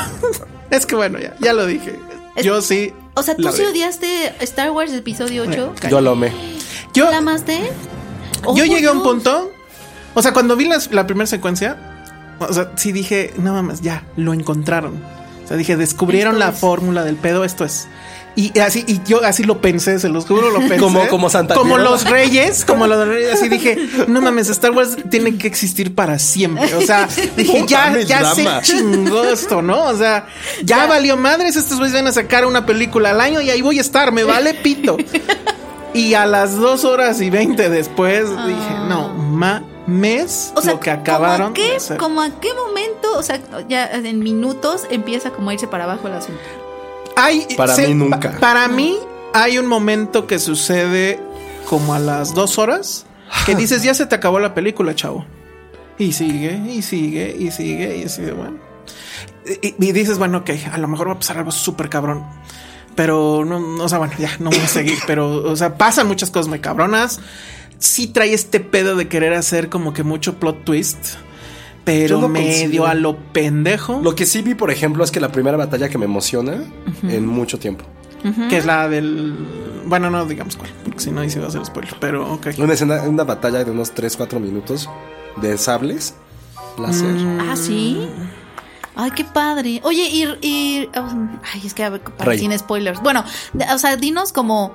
D: es que bueno, ya, ya lo dije.
E: Es-
D: Yo sí.
E: O sea, ¿tú
D: la
E: sí
D: vi.
E: odiaste Star Wars episodio 8?
B: Yo lo amé.
D: Yo,
E: ¿La amaste? Oh,
D: yo
E: por
D: llegué a un
E: Dios.
D: punto. O sea, cuando vi las- la primera secuencia, o sea, sí dije, no mames, ya, lo encontraron. O sea, dije, descubrieron
E: Esto
D: la
E: es.
D: fórmula del pedo, esto es. Y así, y yo así lo pensé, se los juro, lo pensé.
B: Como- como Santa
D: Como
B: Claus.
D: los reyes, como los reyes, así dije, no mames, Star Wars tiene que existir para siempre. O sea, dije,
B: Puta,
D: ya,
B: mames,
D: ya se
B: drama.
D: chingó esto, ¿no? O sea, ya, valió madres, estos güeyes van a sacar una película al año y ahí voy a estar, me vale pito. Y a las dos horas y veinte después dije, no mames
E: Ah. O sea,
D: lo que
E: ¿cómo
D: acabaron.
E: a, qué,
D: de hacer".
E: ¿cómo a qué momento, o sea, ya en minutos empieza como a irse para abajo el asunto?
D: Hay-
B: Para mí nunca.
D: pa- para mí hay un momento que sucede como a las dos horas que dices, ya se te acabó la película, chavo. Y sigue, y sigue, y sigue, y sigue, bueno. Y, y- y dices, bueno, ok, a lo mejor va a pasar algo súper cabrón. Pero, no, no, o sea, bueno, ya, no voy a seguir. Pero, o sea, pasan muchas cosas muy cabronas. Sí trae este pedo de querer hacer como que mucho plot twist. Pero
B: Yo lo
D: medio
B: considero-
D: a lo pendejo.
B: Lo que sí vi, por ejemplo, es que la primera batalla que me emociona en mucho tiempo.
D: Que es la del. Bueno, no digamos cuál, porque si no, ahí sí va a ser spoiler. Pero, ok.
B: Una escena, una batalla de unos 3, 4 minutos de sables. Placer.
E: Ah, sí.
B: Mm.
E: Ay, qué padre. Oye, y, y- um, ay, es que a ver, para
B: Rey.
E: sin spoilers. Bueno, d- o sea, dinos como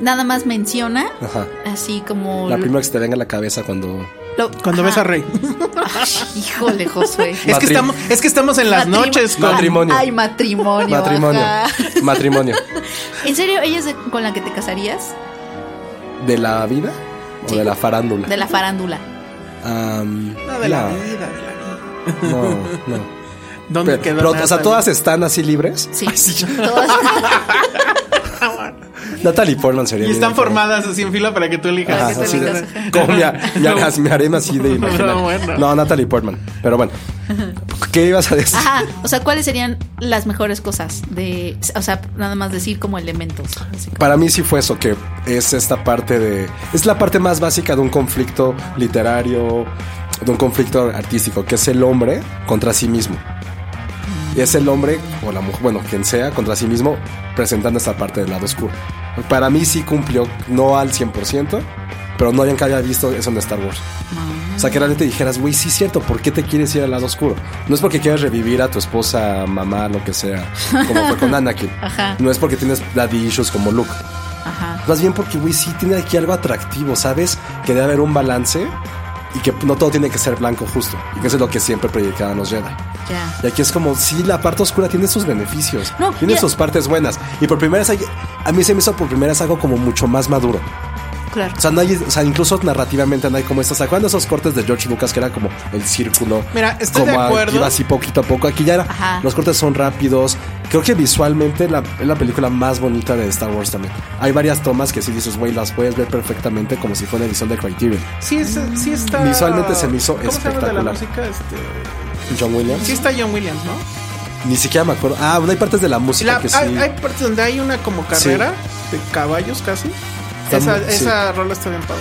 E: nada más menciona,
B: Ajá.
E: así como
B: La
E: lo-
B: primera que se te venga a la cabeza cuando.
E: lo- ajá.
D: Cuando ves a Rey.
E: Ay, híjole, Josué.
D: Es que,
B: Matrim-
D: estamos, es que estamos en las
E: Matrimo-
D: noches con.
B: Matrimonio.
E: Ay, matrimonio.
B: Matrimonio.
E: ajá.
B: Matrimonio.
E: ¿En serio ella es de- con la que te casarías?
B: ¿De la vida o
E: Sí.
B: de la farándula?
E: De la farándula.
B: Am,
D: No, de la
B: no,
D: vida, de la vida.
B: No, no.
D: ¿Dónde
B: Pero,
D: quedó?
B: pero, o sea,
D: Natalie?
B: todas están así libres.
E: Sí. Todas-
B: Natalie Portman sería.
D: Y Ah, están
B: bien, ¿no?
D: formadas así en fila para que tú elijas.
E: Para
B: Ajá,
E: que tú
B: así de-
E: elijas.
B: como mi, mi harem así de imaginar.
D: No, bueno.
B: No, Natalie Portman. Pero bueno. ¿Qué ibas a decir?
E: Ajá, o sea, ¿cuáles serían las mejores cosas de, o sea, nada más decir como elementos? así como-
B: Para mí sí fue eso, que es esta parte de... Es la parte más básica de un conflicto literario, de un conflicto artístico, que es el hombre contra sí mismo. Y es el hombre, o la mujer, bueno, quien sea, contra sí mismo, presentando esta parte del lado oscuro. Para mí sí cumplió, no al 100%, pero no habían que haya visto eso en Star Wars.
E: Ah.
B: O sea, que realmente dijeras, güey, sí es cierto, ¿por qué te quieres ir al lado oscuro? No es porque quieras revivir a tu esposa, mamá, lo que sea, como fue con Anakin.
E: Ajá.
B: No es porque tienes daddy issues como Luke.
E: Ajá.
B: Más bien porque, güey, sí tiene aquí algo atractivo, ¿sabes? Que debe haber un balance y que no todo tiene que ser blanco justo. Y que eso es lo que siempre predicaban los Jedi.
E: Ya.
B: Y aquí es como, sí, la parte oscura tiene sus beneficios,
E: No,
B: tiene
E: mira-
B: sus partes buenas. Y por primera vez, hay- a mí se me hizo por primera vez algo como mucho más maduro.
E: Claro.
B: O sea, no hay, o sea, incluso narrativamente no hay como estas. ¿Se acuerdan de esos cortes de George Lucas que era como el círculo?
D: Mira, estoy de
B: Como a-
D: acuerdo.
B: Iba así poquito a poco. Aquí ya era.
E: Ajá.
B: Los cortes son rápidos. Creo que visualmente la- es la película más bonita de Star Wars también. Hay varias tomas que si dices, güey, las puedes ver perfectamente como si fuera una edición de Criterion.
D: Sí, es- sí está.
B: Visualmente se me hizo
D: ¿Cómo Se llama el de la
B: espectacular.
D: música? Este,
B: John Williams.
D: sí está John Williams, ¿no?
B: Ni siquiera me acuerdo. Ah, bueno, hay partes de la música
D: La-
B: que sí.
D: hay, hay partes donde hay una como carrera de caballos casi.
B: Está
D: Esa,
B: muy- sí.
D: esa rola está bien padre.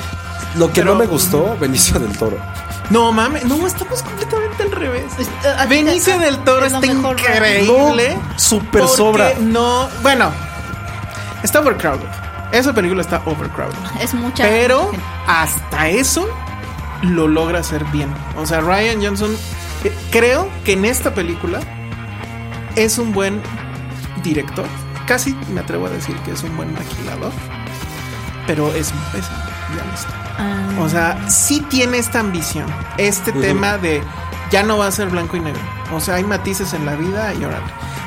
B: Lo que no
D: pero-
B: me gustó, Benicio del Toro.
D: No mames, no, estamos completamente al revés.
E: Es- eh, a- a-
D: Benicio
E: a-
D: del Toro
E: es lo
D: está
E: mejor, ¿verdad?
D: increíble.
B: No, súper
D: porque
B: sobra.
D: No, bueno, está overcrowded. Esa película está overcrowded.
E: Es mucha.
D: Pero hasta eso lo logra hacer bien. O sea, Ryan Johnson, eh, creo que en esta película es un buen director. Casi me atrevo a decir que es un buen maquilador. Pero es un pésimo guionista.
E: Ah,
D: O sea, sí tiene esta ambición. Este tema de ya no va a ser blanco y negro. O sea, hay matices en la vida y órale.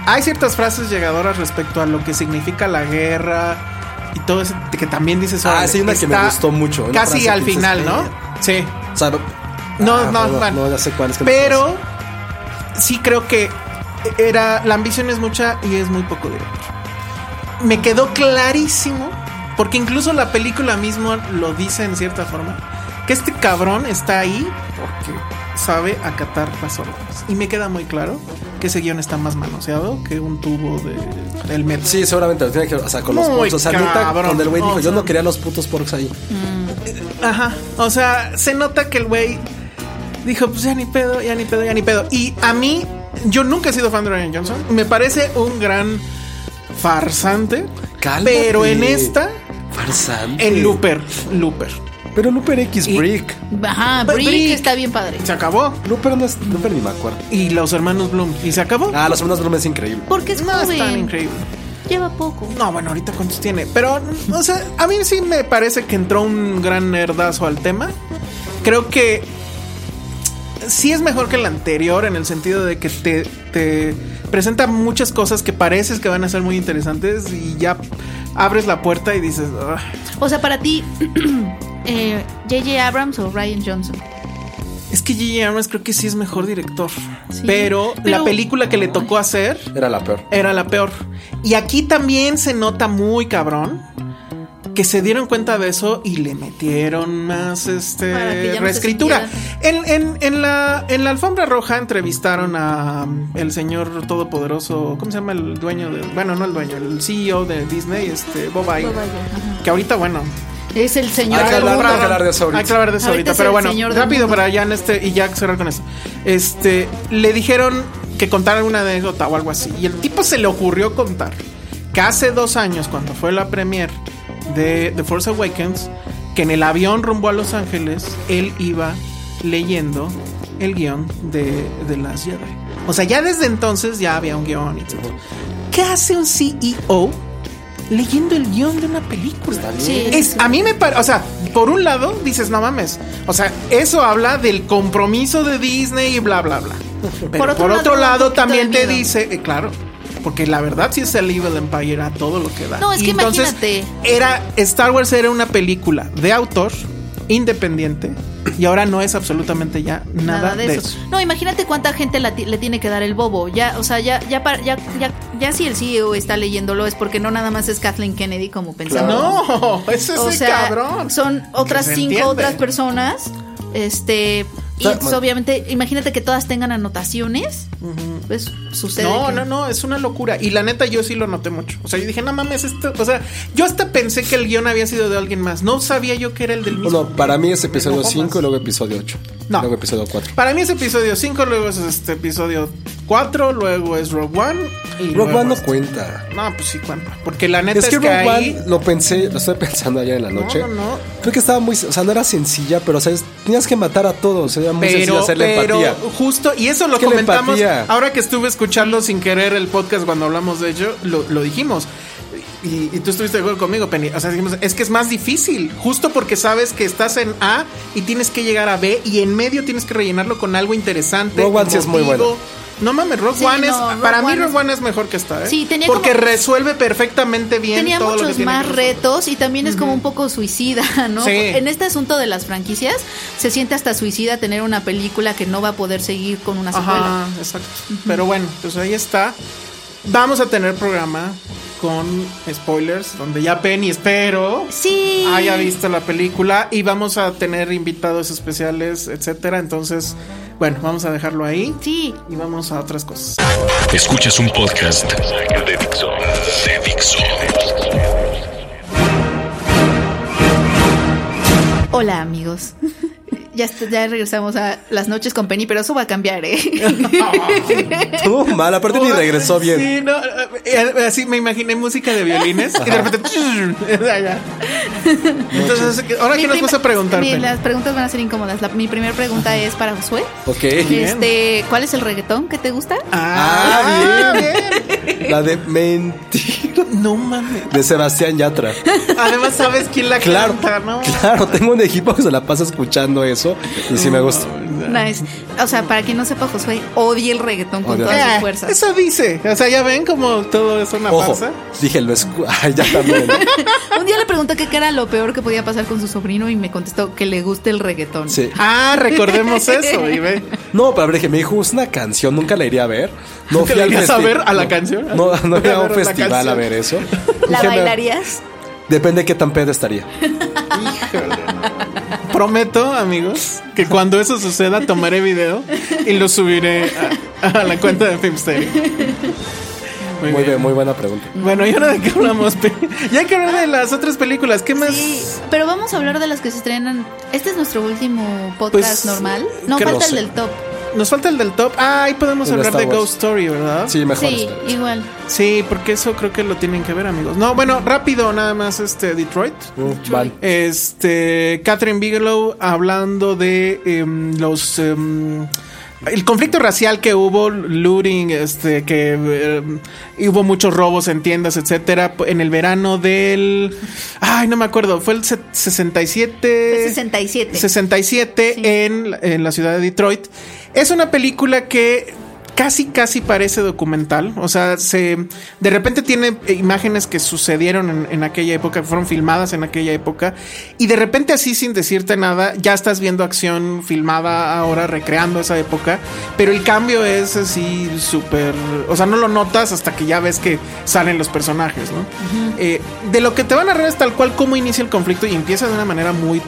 D: Hay ciertas frases llegadoras respecto a lo que significa la guerra y todo eso que también dices.
B: Ah,
D: órale,
B: sí, una que me
D: está
B: gustó mucho, una
D: Casi
B: frase
D: al
B: que dices,
D: final,
B: eh,
D: ¿no? Sí.
B: O sea,
D: No,
B: ah,
D: no,
B: no,
D: Juan.
B: no, ya sé cuál es que no
D: Pero sí creo que era la ambición es mucha y es muy poco directo. Me quedó clarísimo porque incluso la película mismo lo dice en cierta forma que este cabrón está ahí porque sabe acatar las órdenes y me queda muy claro que ese guión está más manoseado que un tubo de, del metro.
B: Sí, seguramente lo tiene que. O sea, con los
D: Muy
B: porcos. O sea, neta,
D: cabrón.
B: cuando el güey dijo,
D: O
B: yo
D: sea-
B: no quería los putos porcos ahí.
D: Ajá. O sea, se nota que el güey dijo, pues ya ni pedo, ya ni pedo, ya ni pedo. Y a mí, yo nunca he sido fan de Ryan Johnson. Me parece un gran farsante.
B: Cálmate.
D: Pero en esta,
B: Farsante.
D: en Looper. Looper.
B: Pero Looper X Brick.
E: Ajá,
D: But
E: Brick,
D: Brick-
E: está bien padre.
D: Se acabó.
B: Looper no es. Looper ni me acuerdo.
D: Y los hermanos Bloom. Y se acabó.
B: Ah, las hermanas Bloom es increíble.
E: Porque es
D: no es tan
E: joven.
D: increíble.
E: Lleva poco.
D: No, bueno, ahorita cuántos tiene. Pero, o sea, a mí sí me parece que entró un gran nerdazo al tema. Creo que sí es mejor que la anterior en el sentido de que te, te presenta muchas cosas que pareces que van a ser muy interesantes y ya abres la puerta y dices, "Ah".
E: O sea, para ti, eh, J.J. Abrams o Ryan Johnson.
D: es que G.G. Abrams creo que sí es mejor director.
E: Sí.
D: Pero,
E: Pero-
D: la película que le tocó hacer
B: Era la peor.
D: era la peor. Y aquí también se nota muy cabrón que se dieron cuenta de eso y le metieron más este
E: Para que ya no se
D: reescritura. En, en- en la, en la alfombra roja entrevistaron a um, el señor todopoderoso, ¿cómo se llama el dueño de bueno, no el dueño, el CEO de Disney, este Bob Iger, que ahorita bueno,
E: Es el señor.
B: Hay
D: Ah,
B: que
E: del
B: hablar-
E: mundo.
B: hay que hablar de eso ahorita.
D: hay que hablar de eso
E: Ahorita
D: ahorita,
E: es
D: pero
E: el
D: bueno,
E: señor del
D: rápido
E: mundo.
D: para ya en este y ya cerrar con eso. Este, le dijeron que contara alguna anécdota o algo así y el tipo se le ocurrió contar que hace dos años cuando fue la premier de The Force Awakens que en el avión rumbo a Los Ángeles él iba leyendo el guión de, de las Jedi. O sea, ya desde entonces ya había un guión y todo. ¿Qué hace un CEO leyendo el guión de una película?
E: Sí, es-
D: Es- a mí me parece, o sea, por un lado dices, no mames, o sea, eso habla del compromiso de Disney y bla, bla, bla. Pero por otro, lado,
E: un poquito
D: también
E: de
D: te
E: miedo.
D: dice, eh, claro, porque la verdad sí es el Evil Empire a todo lo que da.
E: No, es
D: Y
E: que
D: entonces,
E: imagínate.
D: Era, Star Wars era una película de autor, independiente, y ahora no es absolutamente ya nada, de, eso.
E: No, imagínate cuánta gente la ti- le tiene que dar el bobo. Ya, o sea, ya, ya, para- ya, ya, ya si el CEO está leyéndolo es porque no nada más es Kathleen Kennedy como pensamos.
D: No, es ese
E: o sea,
D: cabrón.
E: son otras
D: se
E: cinco
D: entiende.
E: otras personas. Este, y
B: sea,
E: entonces,
B: bueno.
E: obviamente, imagínate que todas tengan anotaciones. Pues sucede.
D: No,
E: que-
D: no, no, es una locura. Y la neta, yo sí lo noté mucho. O sea, yo dije, no mames, esto. O sea, yo hasta pensé que el guión había sido de alguien más. No sabía yo que era el del mismo.
B: Bueno, para mí es episodio
D: Mismo
B: 5 y
D: Hoffman.
B: luego episodio 8.
D: No.
B: Luego episodio 4.
D: Para mí es episodio 5, luego es este episodio 4, luego es Rogue One. y
B: Rogue
D: luego
B: One no
D: este.
B: cuenta.
D: No, pues sí cuenta. Porque la neta
B: Es
D: es,
B: que
D: que,
B: Rogue
D: ahí.
B: One lo pensé, lo estoy pensando ayer en la noche.
D: no, no.
B: Creo que estaba muy, o sea, no era sencilla, pero o sea, es- tenías que matar a todos, era muy sencillo
D: Pero,
B: hacer la
D: pero
B: empatía.
D: justo, y eso lo
B: Es que la
D: comentamos
B: empatía.
D: ahora que estuve escuchando sin querer el podcast cuando hablamos de ello, lo, lo dijimos. Y, y tú estuviste de acuerdo conmigo, Penny. O sea, dijimos, es que es más difícil, justo porque sabes que estás en A y tienes que llegar a B y en medio tienes que rellenarlo con algo interesante.
B: Rogue One sí es muy
D: emotivo.
B: bueno.
D: No mames, Rogue
E: Sí,
D: One es.
E: no, Rogue
D: para mí,
E: One
D: Rogue
E: es-
D: One es mejor que esta, ¿eh?
E: Sí, tenía
D: Porque
E: como-
D: resuelve perfectamente bien
E: Tenía
D: todo lo que
E: muchos
D: tiene
E: más
D: que resolver.
E: retos y también es como un poco suicida, ¿no?
D: Sí.
E: En este asunto de las franquicias se siente hasta suicida tener una película que no va a poder seguir con una secuela.
D: Ajá, exacto. Pero bueno, pues ahí está. Vamos a tener programa con spoilers, donde ya Penny, espero,
E: Sí.
D: haya visto la película y vamos a tener invitados especiales, etcétera. Entonces, bueno, vamos a dejarlo ahí
E: Sí.
D: y vamos a otras cosas.
A: Escuchas un podcast de Dixo. De Dixo.
E: Hola amigos. Ya, est- ya regresamos a las noches con Penny, pero eso va a cambiar, ¿eh?
B: Estuvo mal, aparte ni regresó bien.
D: Sí, no, eh, así me imaginé música de violines y de repente. ya. Entonces, ahora
E: Mi
D: que nos
E: prima-
D: vas a preguntar,
E: mi-
D: Penny?
E: Las preguntas van a ser incómodas. La- mi primera pregunta es para Josué.
B: Ok.
E: Este, ¿Cuál es el reggaetón que te gusta?
D: Ah, bien.
B: La de mentira.
D: No mames.
B: De Sebastián Yatra.
D: Además, ¿sabes quién la
B: Claro.
D: canta? No.
B: Claro, tengo un equipo que se la pasa escuchando eso. Y sí
D: Mm,
B: me gusta.
E: Nice. O sea, para quien no sepa, Josué odia el reggaetón con
B: Odia.
E: todas
D: Eh,
E: sus fuerzas.
D: eso dice. O sea, ya ven como todo es una
B: Ojo,
D: farsa.
B: dije, lo escu... Ay, ya también.
E: Un día le pregunté que qué era lo peor que podía pasar con su sobrino y me contestó que le gusta el reggaetón.
B: Sí.
D: Ah, recordemos eso. Y ve.
B: No, pero a ver, dije, me dijo, es una canción, nunca la iría a ver. No
D: ¿Nunca
B: fui
D: la
B: al
D: irías
B: festi-
D: a ver a la
B: no,
D: canción?
B: No, no
D: Voy
B: fui
D: a
B: a un
D: ver la
B: festival a
D: canción.
B: ver eso.
C: ¿La
B: Dije, no,
C: bailarías?
B: Depende de qué tan pedo estaría.
D: Híjole, no. Prometo, amigos, que cuando eso suceda tomaré video y lo subiré a, a la cuenta de Filmsteria.
B: Muy
D: Muy, bien.
B: bien, muy buena pregunta.
D: Bueno, ¿y ahora de qué hablamos? Pe? Ya hay que hablar de las otras películas. ¿Qué más?
E: Sí, pero vamos a hablar de las que se estrenan. Este es nuestro último podcast
D: Pues,
E: normal. No,
D: creo-
E: falta el
B: no sé.
E: del top.
D: Nos falta el del top. Ah, ahí podemos
B: El de
D: hablar de
B: Star Wars.
D: Ghost Story, ¿verdad?
B: Sí, mejor.
E: Sí,
B: espera.
E: igual.
D: Sí, porque eso creo que lo tienen que ver, amigos. No, bueno, rápido, nada más este Detroit.
B: Uh, vale.
D: Este, Catherine Bigelow hablando de em, los em, el conflicto racial que hubo, looting, este, que em, y hubo muchos robos en tiendas, etcétera, en el verano del, ay, no me acuerdo, fue el se-
C: Eh,
D: 67,
E: El 67.
D: 67
E: Sí.
D: en, en la ciudad de Detroit. Es una película que casi casi parece documental, o sea, se de repente tiene eh, imágenes que sucedieron en, en aquella época, que fueron filmadas en aquella época y de repente así sin decirte nada ya estás viendo acción filmada ahora recreando esa época, pero el cambio es así súper, o sea, no lo notas hasta que ya ves que salen los personajes, ¿no? Eh, de lo que te van a narrar es tal cual cómo inicia el conflicto y empieza de una manera muy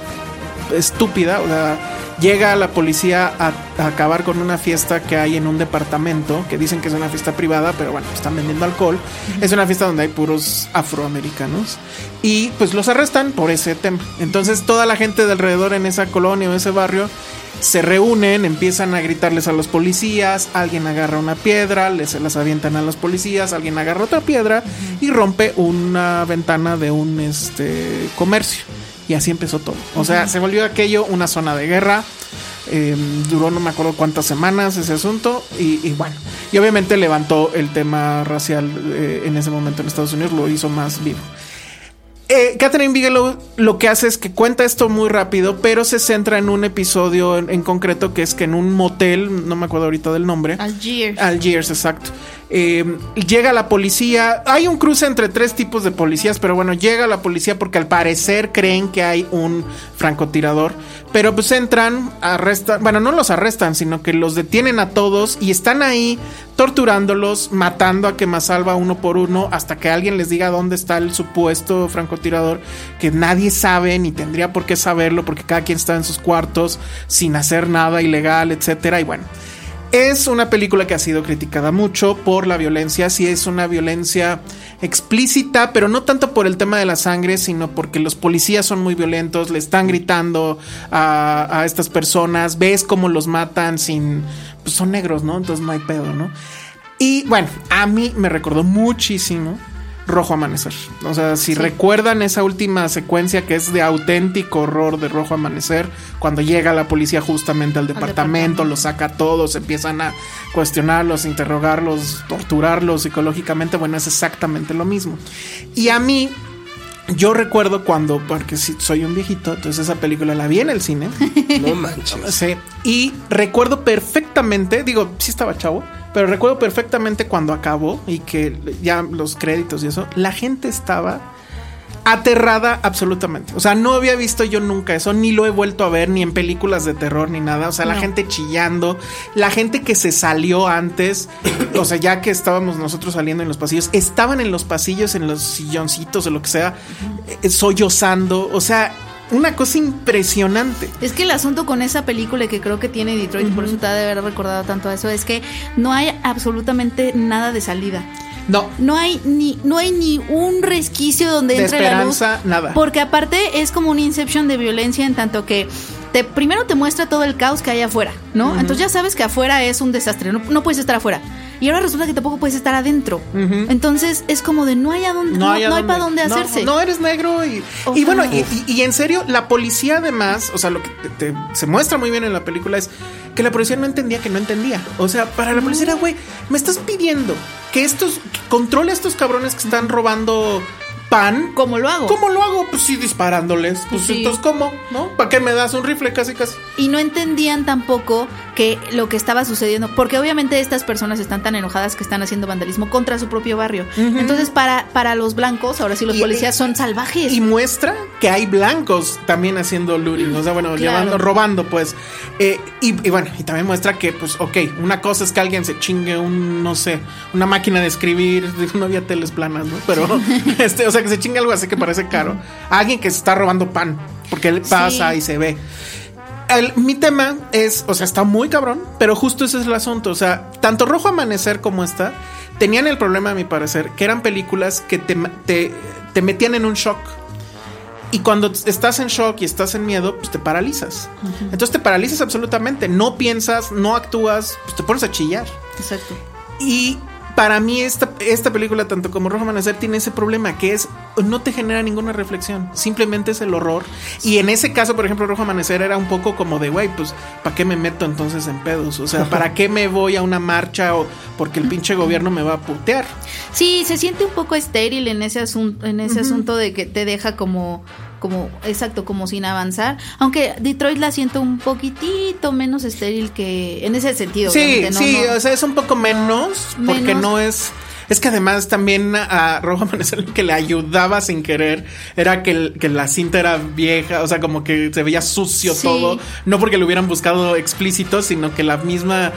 D: estúpida. O sea, llega la policía a, a acabar con una fiesta que hay en un departamento, que dicen que es una fiesta privada, pero bueno, están vendiendo alcohol. Es una fiesta donde hay puros afroamericanos. Y pues los arrestan por ese tema. Entonces toda la gente de alrededor en esa colonia o ese barrio se reúnen, empiezan a gritarles a los policías, alguien agarra una piedra, les las avientan a los policías, alguien agarra otra piedra y rompe una ventana de un este comercio. Y así empezó todo. O sea, se volvió aquello una zona de guerra. eh, duró no me acuerdo cuántas semanas ese asunto. Y, y bueno, y obviamente levantó el tema racial eh, en ese momento en Estados Unidos, lo hizo más vivo. Eh, Catherine Bigelow lo que hace es que cuenta esto muy rápido, pero se centra en un episodio en, en concreto que es que en un motel, no me acuerdo ahorita del nombre.
E: Algiers.
B: Ah.
D: Algiers, exacto. Eh, llega la policía. Hay un cruce entre tres tipos de policías, pero bueno, llega la policía porque al parecer creen que hay un francotirador. Pero pues entran, arrestan. Bueno, no los arrestan, sino que los detienen a todos y están ahí torturándolos, matando a quemasalva uno por uno hasta que alguien les diga dónde está el supuesto francotirador que nadie sabe ni tendría por qué saberlo porque cada quien está en sus cuartos sin hacer nada ilegal, etcétera. Y bueno. Es una película que ha sido criticada mucho por la violencia, sí es una violencia explícita, pero no tanto por el tema de la sangre, sino porque los policías son muy violentos, le están gritando a, a estas personas, ves cómo los matan sin... Pues son negros, ¿no? Entonces no hay pedo, ¿no? Y bueno, a mí me recordó muchísimo Rojo Amanecer. O sea, si recuerdan esa última secuencia que es de auténtico horror de Rojo Amanecer, cuando llega la policía justamente al departamento, los saca a todos, empiezan a cuestionarlos, interrogarlos, torturarlos psicológicamente, bueno, es exactamente lo mismo. Y a mí yo recuerdo cuando, porque sí, soy un viejito, entonces esa película la vi en el cine.
B: No manches.
D: Sí. Y recuerdo perfectamente, digo, sí estaba chavo, pero recuerdo perfectamente cuando acabó y que ya los créditos y eso, la gente estaba aterrada absolutamente. O sea, no había visto yo nunca eso, ni lo he vuelto a ver, ni en películas de terror, ni nada. O sea, la gente chillando, la gente que se salió antes, o sea, ya que estábamos nosotros saliendo en los pasillos, estaban en los pasillos, en los silloncitos o lo que sea, eh, sollozando. O sea, una cosa impresionante.
E: Es que el asunto con esa película que creo que tiene Detroit, por eso te ha de haber recordado tanto a eso, es que no hay absolutamente nada de salida.
D: No,
E: No hay ni, no hay ni un resquicio donde
D: De
E: entre la luz.
D: esperanza, nada.
E: Porque aparte es como un inception de violencia en tanto que te, primero te muestra todo el caos que hay afuera, ¿no? Entonces ya sabes que afuera es un desastre, no, no puedes estar afuera. Y ahora resulta que tampoco puedes estar adentro. Entonces es como de no hay a dónde, no,
D: a
E: no hay para dónde
D: No,
E: hacerse.
D: No, eres negro y,
E: O
D: y
E: sea,
D: bueno,
E: no.
D: y, y- y en serio, la policía además, o sea, lo que te- te- se muestra muy bien en la película es que la policía no entendía que no entendía. O sea, para la policía era, güey, me estás pidiendo que estos, que controle a estos cabrones que están robando pan.
E: ¿Cómo lo hago?
D: ¿Cómo lo hago? Pues sí, disparándoles. Pues
E: Sí.
D: entonces, ¿cómo? ¿No? ¿Para qué me das un rifle casi casi?
E: y no entendían tampoco que lo que estaba sucediendo, porque obviamente estas personas están tan enojadas que están haciendo vandalismo contra su propio barrio. Entonces, para, para los blancos, ahora sí los
D: Y- eh,
E: policías son salvajes.
D: Y muestra que hay blancos también haciendo looting, o sea, bueno,
E: Claro.
D: llevando, robando, pues. Eh, y, y bueno, y también muestra que, pues, ok, una cosa es que alguien se chingue un, no sé, una máquina de escribir, digo, no había teles planas, ¿no? Pero, este, o sea, que se chingue algo así que parece caro. Alguien que se está robando pan, porque él pasa
E: Sí.
D: y se ve. El- mi tema es, o sea, está muy cabrón, pero justo ese es el asunto. O sea, tanto Rojo Amanecer como esta tenían el problema, a mi parecer, que eran películas que te, ma- te- te metían en un shock. Y cuando t- estás en shock y estás en miedo, pues te paralizas. Entonces te paralizas absolutamente. No piensas, no actúas, pues te pones a chillar.
E: Exacto.
D: Y para mí esta, esta película, tanto como Rojo Amanecer, tiene ese problema que es no te genera ninguna reflexión, simplemente es el horror. Y en ese caso, por ejemplo, Rojo Amanecer era un poco como de, güey, pues, ¿para qué me meto entonces en pedos? O sea, ¿para qué me voy a una marcha o porque el pinche gobierno me va a putear?
E: Sí, se siente un poco estéril en ese asunto, en ese asunto de que te deja como, como, exacto, como sin avanzar. Aunque Detroit la siento un poquitito menos estéril que, en ese sentido.
D: Sí,
E: obviamente, ¿no?
D: sí,
E: No-
D: o sea, es un poco menos porque
E: Menos.
D: no es... Es que además también a Rojo Amanecer lo que le ayudaba sin querer era que, el- que la cinta era vieja, o sea, como que se veía sucio
E: Sí.
D: todo, no porque lo hubieran buscado explícito, sino que la misma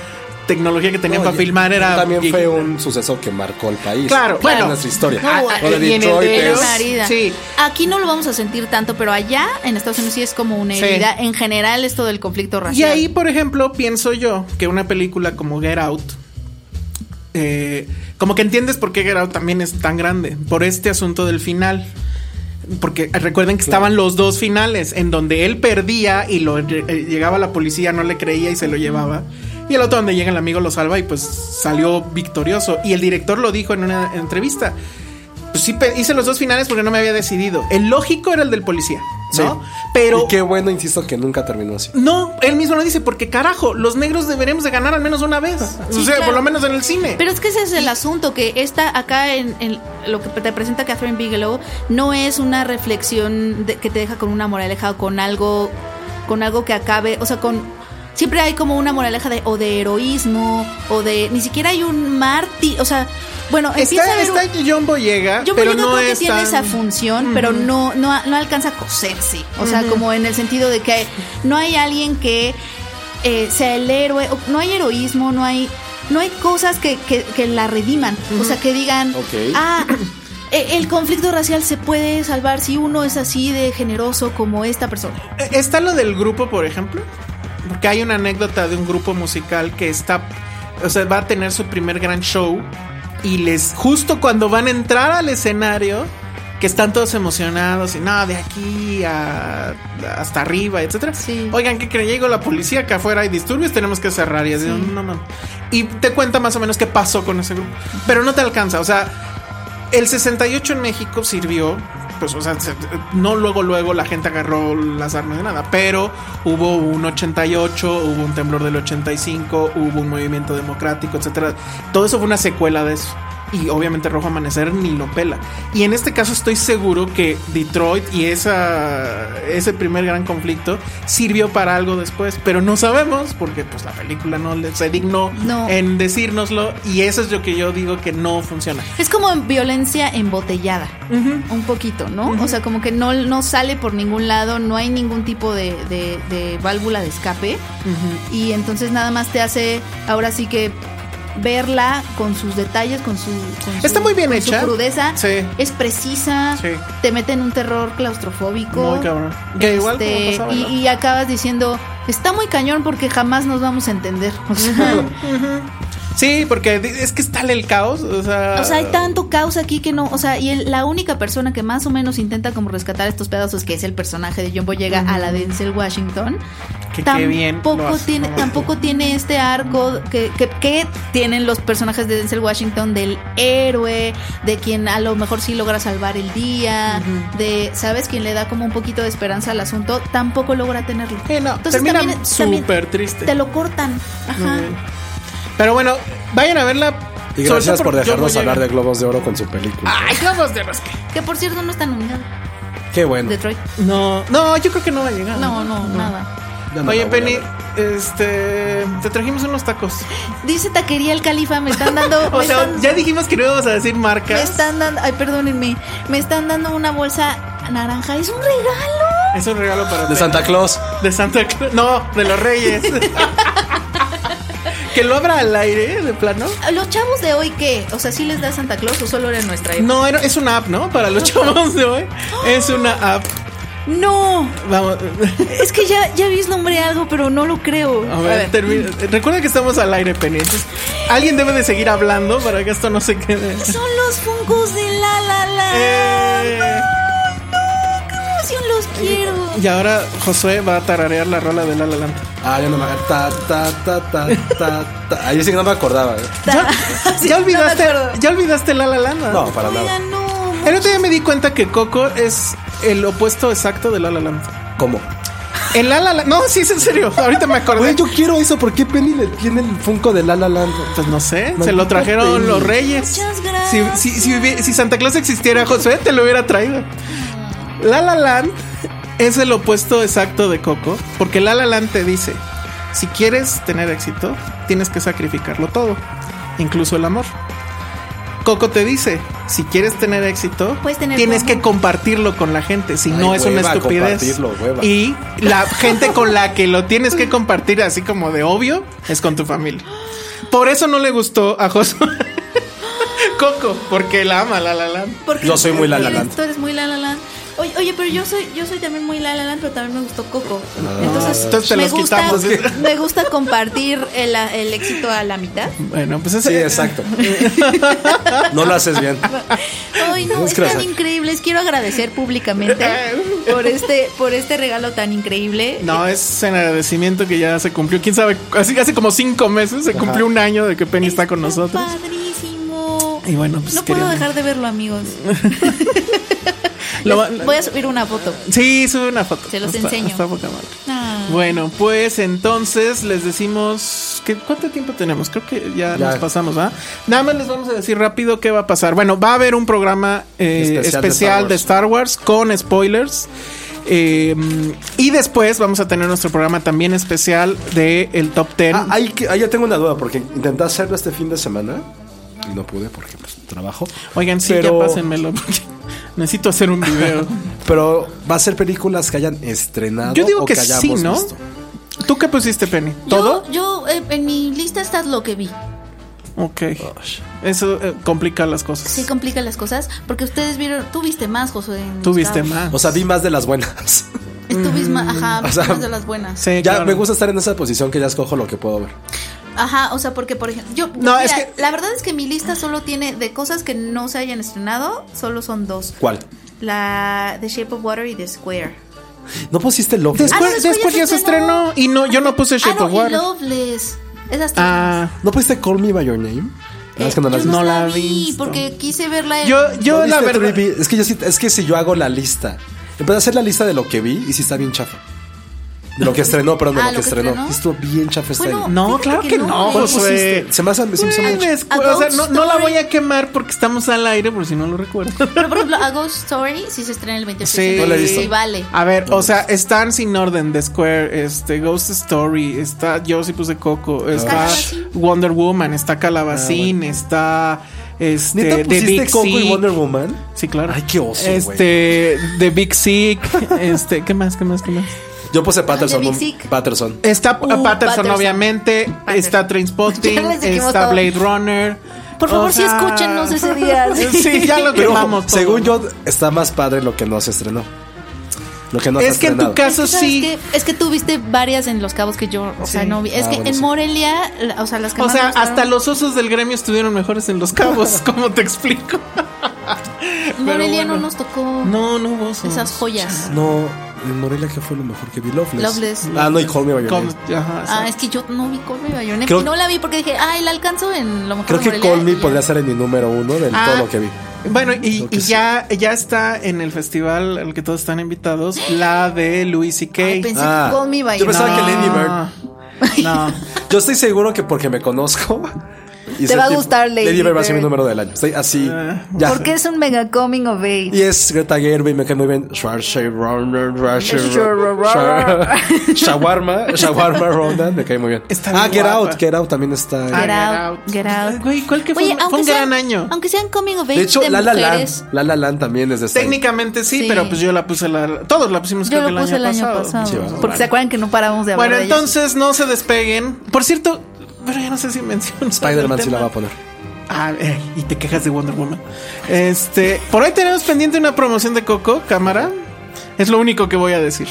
D: tecnología que tenían para filmar era...
B: También
D: vieja.
B: fue un suceso que marcó el país.
D: Claro, bueno.
B: En nuestra historia.
D: No,
B: Lo de
D: y en el de
B: Detroit
D: ellos-
B: es-
E: herida.
D: Sí.
E: Aquí no lo vamos a sentir tanto, pero allá en Estados Unidos sí es como una
D: Sí.
E: herida. En general es todo el conflicto
D: Y
E: racial.
D: ahí, por ejemplo, pienso yo que una película como Get Out, eh, como que entiendes por qué Get Out también es tan grande, por este asunto del final. Porque recuerden que estaban los dos finales, en donde él perdía y lo eh, llegaba la policía, no le creía y se lo llevaba. Y el otro donde llega el amigo lo salva y pues salió victorioso. Y el director lo dijo en una entrevista. Pues sí, pe- hice los dos finales porque no me había decidido. El lógico era el del policía, ¿no?
B: Sí.
D: Pero
B: Y qué bueno, insisto, que nunca terminó así.
D: no, él mismo lo dice, porque carajo, los negros deberemos de ganar al menos una vez. o
E: Sí,
D: sea,
E: claro.
D: por lo menos en el cine.
E: Pero es que ese es el asunto, que esta acá en, en lo que te presenta Catherine Bigelow no es una reflexión de- que te deja con una moraleja o con algo, con algo que acabe, o sea, con... Siempre hay como una moraleja de o de heroísmo o de... Ni siquiera hay un mártir, o sea, bueno, empieza a haber
D: está,
E: un-
D: está John Boyega,
E: Yo
D: pero
E: Boyega
D: no
E: creo que
D: es
E: tiene
D: tan-
E: esa función, pero no, no, no alcanza a coserse. O sea, como en el sentido de que no hay alguien que eh, sea el héroe, o no hay heroísmo, no hay, no hay cosas que, que- que la rediman. O sea, que digan,
B: Ok.
E: ah, eh, el conflicto racial se puede salvar si uno es así de generoso como esta persona.
D: Eh, Está lo del grupo, por ejemplo, porque hay una anécdota de un grupo musical que está, o sea, va a tener su primer gran show y les justo cuando van a entrar al escenario que están todos emocionados y no, de aquí a- hasta arriba, etcétera.
E: Sí.
D: Oigan, que creen? Llegó la policía acá afuera hay disturbios, tenemos que cerrar y así, no mames. Y te cuenta más o menos qué pasó con ese grupo, pero no te alcanza, o sea, el 68 en México sirvió, pues, o sea, se- no luego, luego la gente agarró las armas de nada, pero hubo un 88, hubo un temblor del 85, hubo un movimiento democrático, etcétera. Todo eso fue una secuela de eso. Y obviamente Rojo Amanecer ni lo pela. Y en este caso estoy seguro que Detroit y esa, ese primer gran conflicto sirvió para algo después, pero no sabemos porque pues la película no le- se dignó
E: No.
D: en decírnoslo y eso es lo que yo digo que no funciona.
E: Es como violencia embotellada, un poquito, ¿no? O sea, como que no, no sale por ningún lado, no hay ningún tipo de, de- de válvula de escape. Y entonces nada más te hace, ahora sí que verla con sus detalles, con su, con su-
D: Está muy bien
E: con
D: hecha.
E: su crudeza,
D: Sí.
E: es precisa,
D: Sí.
E: te mete en un terror claustrofóbico.
D: Muy cabrón. Que igual como
E: Este,
D: pasaba,
E: y,
D: ¿no?
E: y acabas diciendo, está muy cañón porque jamás nos vamos a entender. O sea,
D: Sí, porque di- es que está el caos. O sea,
E: O sea, hay tanto caos aquí que no, o sea, y el- la única persona que más o menos intenta como rescatar estos pedazos, que es el personaje de John Boyega a la Denzel Washington,
D: Que qué bien lo
E: tampoco
D: hace,
E: tiene,
D: ¿no?
E: tampoco tiene este arco que, que- que tienen los personajes de Denzel Washington del héroe, de quien a lo mejor sí logra salvar el día, de, ¿sabes? Quien le da como un poquito de esperanza al asunto, tampoco logra tenerlo.
D: Sí, no, termina súper triste.
E: Te lo cortan. Ajá.
D: Pero bueno, vayan a verla.
B: Y
D: sobre
B: gracias
D: todo
B: por
D: John
B: dejarnos
D: Boyega.
B: hablar de Globos de Oro con su película.
D: Ay, vamos de rasque.
E: Que por cierto no está nominado.
B: Qué bueno.
E: Detroit.
D: No, no, yo creo que no va a llegar.
E: No, no, nada.
B: Ya me
D: Oye,
B: la voy a
D: Penny,
B: ver.
D: este. Te trajimos unos tacos.
E: Dice taquería el califa, me están dando. Oh,
D: O
E: me
D: sea,
E: están-
D: ya dijimos que no íbamos a decir marcas.
E: Me están dando, ay, perdónenme, me están dando una bolsa naranja. Es un regalo.
D: Es un regalo para
B: De
D: Penny.
B: Santa Claus.
D: De Santa Claus. No, de los Reyes. que lo abra al aire, de plano.
E: ¿Los chavos de hoy qué? O sea, ¿sí les da Santa Claus o solo era nuestra época?
D: No, era- es una app, ¿no? Para los chavos de hoy. Es una app.
E: No.
D: Vamos.
E: Es que ya, ya vislumbré algo, pero no lo creo.
D: A ver, termina. Recuerda que estamos al aire, Penny. Entonces, alguien debe de seguir hablando para que esto no se quede.
E: Son los fungos de la la la.
D: Eh,
E: ¡Qué emoción los quiero!
D: y ahora Josué va a tararear la rola de La La Land.
B: Ah, yo no me acuerdo. Ta, ta, ta, ta, ta, ta. Ahí sí que no me acordaba. eh.
D: ¿Ya,
E: Sí,
D: ya
E: no me
D: olvidaste,
E: acuerdo.
D: ¿Ya olvidaste La La Land?
B: No, para nada.
E: Oigan, no.
D: El otro día me di cuenta que Coco es el opuesto exacto de La La Land.
B: ¿Cómo?
D: El La La Land. No, sí, es en serio. Ahorita me acordé.
B: Güey, yo quiero eso. ¿Por qué Penny le tiene el Funko de La La Land?
D: Pues no sé,
B: Maldita
D: se lo trajeron
B: Penny.
D: los reyes.
E: Muchas
D: Si,
E: gracias.
D: si- si hubie- si Santa Claus existiera, Josué te lo hubiera traído. La La Land es el opuesto exacto de Coco, porque La La Land te dice, si quieres tener éxito, tienes que sacrificarlo todo, incluso el amor. Coco te dice, si quieres tener éxito,
E: Puedes tener
D: tienes
E: tu
D: que
E: amor.
D: compartirlo con la gente, si
B: Ay,
D: no es una
B: hueva,
D: estupidez.
B: compartirlo, hueva.
D: Y la gente con la que lo tienes que compartir así como de obvio es con tu familia. Por eso no le gustó a Josué. Coco, porque la ama la la la.
E: Porque
B: Yo soy muy La La
E: eres-
B: Land.
E: Tú eres muy la la land. Oye, oye, pero yo soy, yo soy también muy la la land, pero también me gustó Coco. Entonces,
D: Ah. entonces te
E: me,
D: los
E: gusta,
D: quitamos.
E: me gusta compartir el, el éxito a la mitad.
D: Bueno, pues ese
B: Sí, exacto. No lo haces bien.
E: Ay, no,
B: Es
E: es tan
B: grasa.
E: increíble. Les quiero agradecer públicamente por este, por este regalo tan increíble.
D: No, es en agradecimiento que ya se cumplió. Quién sabe, así hace como cinco meses se cumplió un año de que Penny está con nosotros.
E: Padrísimo.
D: Y bueno, pues,
E: no puedo
D: queríamos-
E: dejar de verlo, amigos.
D: Lo va-
E: Les- Voy a subir una foto.
D: Sí, sube una foto.
E: Se los
D: Está-
E: enseño.
D: está poca madre.
E: Ah.
D: Bueno, pues entonces les decimos que cuánto tiempo tenemos. Creo que ya,
B: Ya.
D: nos pasamos, ¿ah? Nada más les vamos a decir rápido qué va a pasar. Bueno, va a haber un programa eh,
B: Especial de
D: especial,
B: Star
D: de, Star Wars con spoilers. Eh, y después vamos a tener nuestro programa también especial de el top 10.
B: Ah, hay que- ah, ya tengo una duda, porque intenté hacerlo este fin de semana y no pude porque pues, trabajo.
D: Oigan, sí,
B: pero-
D: ya pásenmelo porque necesito hacer un video.
B: Pero va a ser películas que hayan estrenado.
D: Yo digo
B: o
D: que,
B: que, hayamos
D: sí, ¿no?
B: visto.
D: ¿Tú qué pusiste, Penny?
E: Yo-
D: ¿Todo?
E: Yo, eh, en mi lista está lo que vi.
D: Ok. Eso eh, complica las cosas.
E: Sí complica las cosas porque ustedes vieron, tú viste más, Josué. en
D: Tú
E: Star
D: viste
E: Wars.
D: más. Mm.
B: O sea, vi más de las buenas.
E: Tú viste más, ajá,
B: O sea,
E: más de las buenas.
D: Sí,
B: ya
D: claro.
B: me gusta estar en esa posición que ya escojo lo que puedo ver.
E: Ajá, o sea, porque por ejemplo, yo
D: No,
E: mira,
D: es que-
E: la verdad es que mi lista solo tiene de cosas que no se hayan estrenado, solo son dos.
B: ¿Cuál?
E: La The Shape of Water y The Square.
B: ¿No pusiste Love?
D: Después,
E: Ah, no, después
D: después ya se estrenó. y no, yo no puse
E: Ah,
D: Shape
E: no,
D: of
E: y
D: Water.
E: Loveless. Esas tres.
D: Ah,
B: ¿No pusiste Call Me By Your Name?
E: Eh,
B: No, es que no
E: yo
B: las
D: no
B: vi.
D: la
E: la
D: he
E: vi
D: visto.
E: porque quise verla. en-
D: yo, yo
B: ¿No
D: la
B: viste
D: verdad.
B: Three B? Es que, yo sí- es que si yo hago la lista, empecé a hacer la lista de lo que vi y sí está bien chafa. De lo que estrenó, perdón, de
E: Ah,
B: lo que estrenó.
E: estrenó.
B: Estuvo bien chafa esta
E: Bueno,
B: ahí.
D: No,
E: Fíjate
D: claro
E: que
D: que
E: no,
D: no,
E: güey.
B: ¿Cuál
D: José.
B: pusiste? pues, este, Se me hace, se me hace
D: Ay,
B: mucho.
D: me escu-
E: A
D: o sea,
E: Ghost
D: no, no la
E: Story.
D: voy a quemar porque estamos al aire, por si no lo recuerdo.
E: Pero por ejemplo, A Ghost Story sí se estrena el 28
D: Sí.
E: de
B: No la he
E: septiembre,
B: visto. pues.
E: y vale.
D: A ver, o sea, están sin orden The Square, este Ghost Story, está yo sí puse
B: Ah.
D: Coco, está
E: Calabacín.
D: Wonder Woman, está Calabacín, está este
B: ¿Neta
D: The Big
B: pusiste Coco
D: Sick.
B: y Wonder Woman?
D: Sí, claro.
B: Ay, qué oso, güey.
D: Este The Big Sick, este, ¿qué más? ¿Qué más? ¿Qué más?
B: Yo puse Patterson.
E: Big
B: un-
E: Sick.
B: Patterson.
D: Está
E: Uh,
D: Patterson,
E: Patterson.
D: obviamente.
E: Patterson.
D: Está Trainspotting.
E: Ya les dijimos
D: Está
E: todo.
D: Blade Runner. eh,
E: Por favor, sí escúchenos ese día, sí.
D: Sí, ya lo
B: Pero ojo,
D: quemamos. todo.
B: según yo, está más padre lo que no se estrenó. Lo que no has
D: Es que en tu
B: estrenado.
D: ca- Caso
E: es que,
D: sí.
E: ¿sabes qué? es que tú viste varias en Los Cabos que yo, o sea,
D: Sí.
E: no vi. Es
B: Ah,
E: que
B: bueno,
E: en
B: sí.
E: Morelia, la- o sea, las que
D: O
E: más
D: sea,
E: me gustaron-
D: hasta los osos del gremio estuvieron mejores en los cabos, ¿cómo te explico? Pero
E: Morelia no
D: bueno.
E: nos tocó
D: No, no hubo osos.
E: esas joyas.
B: No, en Morelia, ¿qué fue lo mejor que vi? Loveless.
E: Loveless.
B: Ah, no, y Call Me By Your
D: Con-
B: Name.
D: ajá,
E: Ah,
D: sí.
E: es que yo no vi Call Me by Your Name,
B: Creo-
E: y no la vi porque dije, ay, la alcanzo en lo mejor
B: Creo
E: de
B: que
E: Morelia,
B: Call Me
E: y ya.
B: podría ser en mi número uno de
D: Ah.
B: todo lo que vi.
D: Bueno, y,
B: Creo que
D: y
B: sí.
D: ya, ya está en el festival al que todos están invitados, la de Louis C.K.
E: Ay, pensé
B: Ah.
E: que Call Me by
B: Yo
E: Your
B: pensaba
E: Name.
B: que Lady Bird.
D: No.
B: Yo estoy seguro que porque me conozco. y
C: Te
B: soy
C: va a
B: tipo-
C: gustar Lady
B: Lady Bird va a ser mi
C: Bird.
B: número del año. Estoy así.
D: Ah,
B: ya.
C: Porque es un mega coming of age.
B: Y es Greta Gerwig, me cae muy bien. Schwarzenegger, Schwarzenegger, Shawarma, Shawarma Ronan, me cae muy bien.
D: Está
B: Ah, Get
D: bien guapa.
B: Out, Get Out también está.
E: Get
D: Ah,
E: Out, Get Out.
D: Güey, ¿cuál que fue?
E: Oye,
D: un- fue
E: aunque
D: un gran
E: sean-
D: año.
E: Aunque sean coming of age
B: De hecho,
E: de
B: La La
E: mujeres,
B: Land, La La Land también es de esta.
D: Técnicamente sí,
E: Sí.
D: pero pues yo la puse la todos la pusimos
E: yo
D: pues, creo
E: lo
D: que
E: puse el año pasado.
D: Sí,
E: porque
D: bueno.
E: se acuerdan que no paramos de hablar
D: Bueno,
E: de ellas.
D: entonces no se despeguen. Por cierto, pero ya no sé si menciono.
B: Spider-Man sí la va a poner.
D: Ah, eh, y te quejas de Wonder Woman. Este, por ahí tenemos pendiente una promoción de Coco, cámara. Es lo único que voy a decir.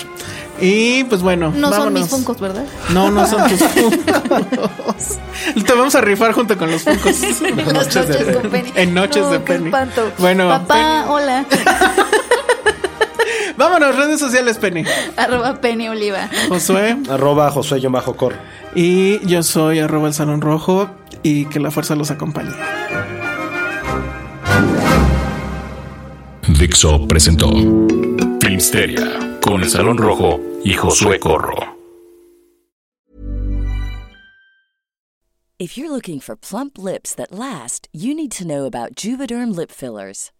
D: Y pues bueno,
E: No son
D: vámonos.
E: mis funcos, ¿verdad?
D: No, no son tus funcos. Te vamos a rifar junto con los funcos.
E: En las noches
B: de
E: con Penny.
D: En noches
E: No,
D: de
E: qué
D: Penny.
E: espanto.
D: Bueno,
E: Papá, hola.
D: Penny. vámonos, redes sociales, Penny.
E: Arroba Penny Oliva.
D: Josué.
B: Arroba Josué yo bajo cor.
D: Y yo soy arroba el salón rojo y que la fuerza los acompañe.
A: Dixo presentó Filmsteria con el Salón Rojo y Josué Corro.
F: If you're looking for plump lips that last, you need to know about Juvederm lip fillers.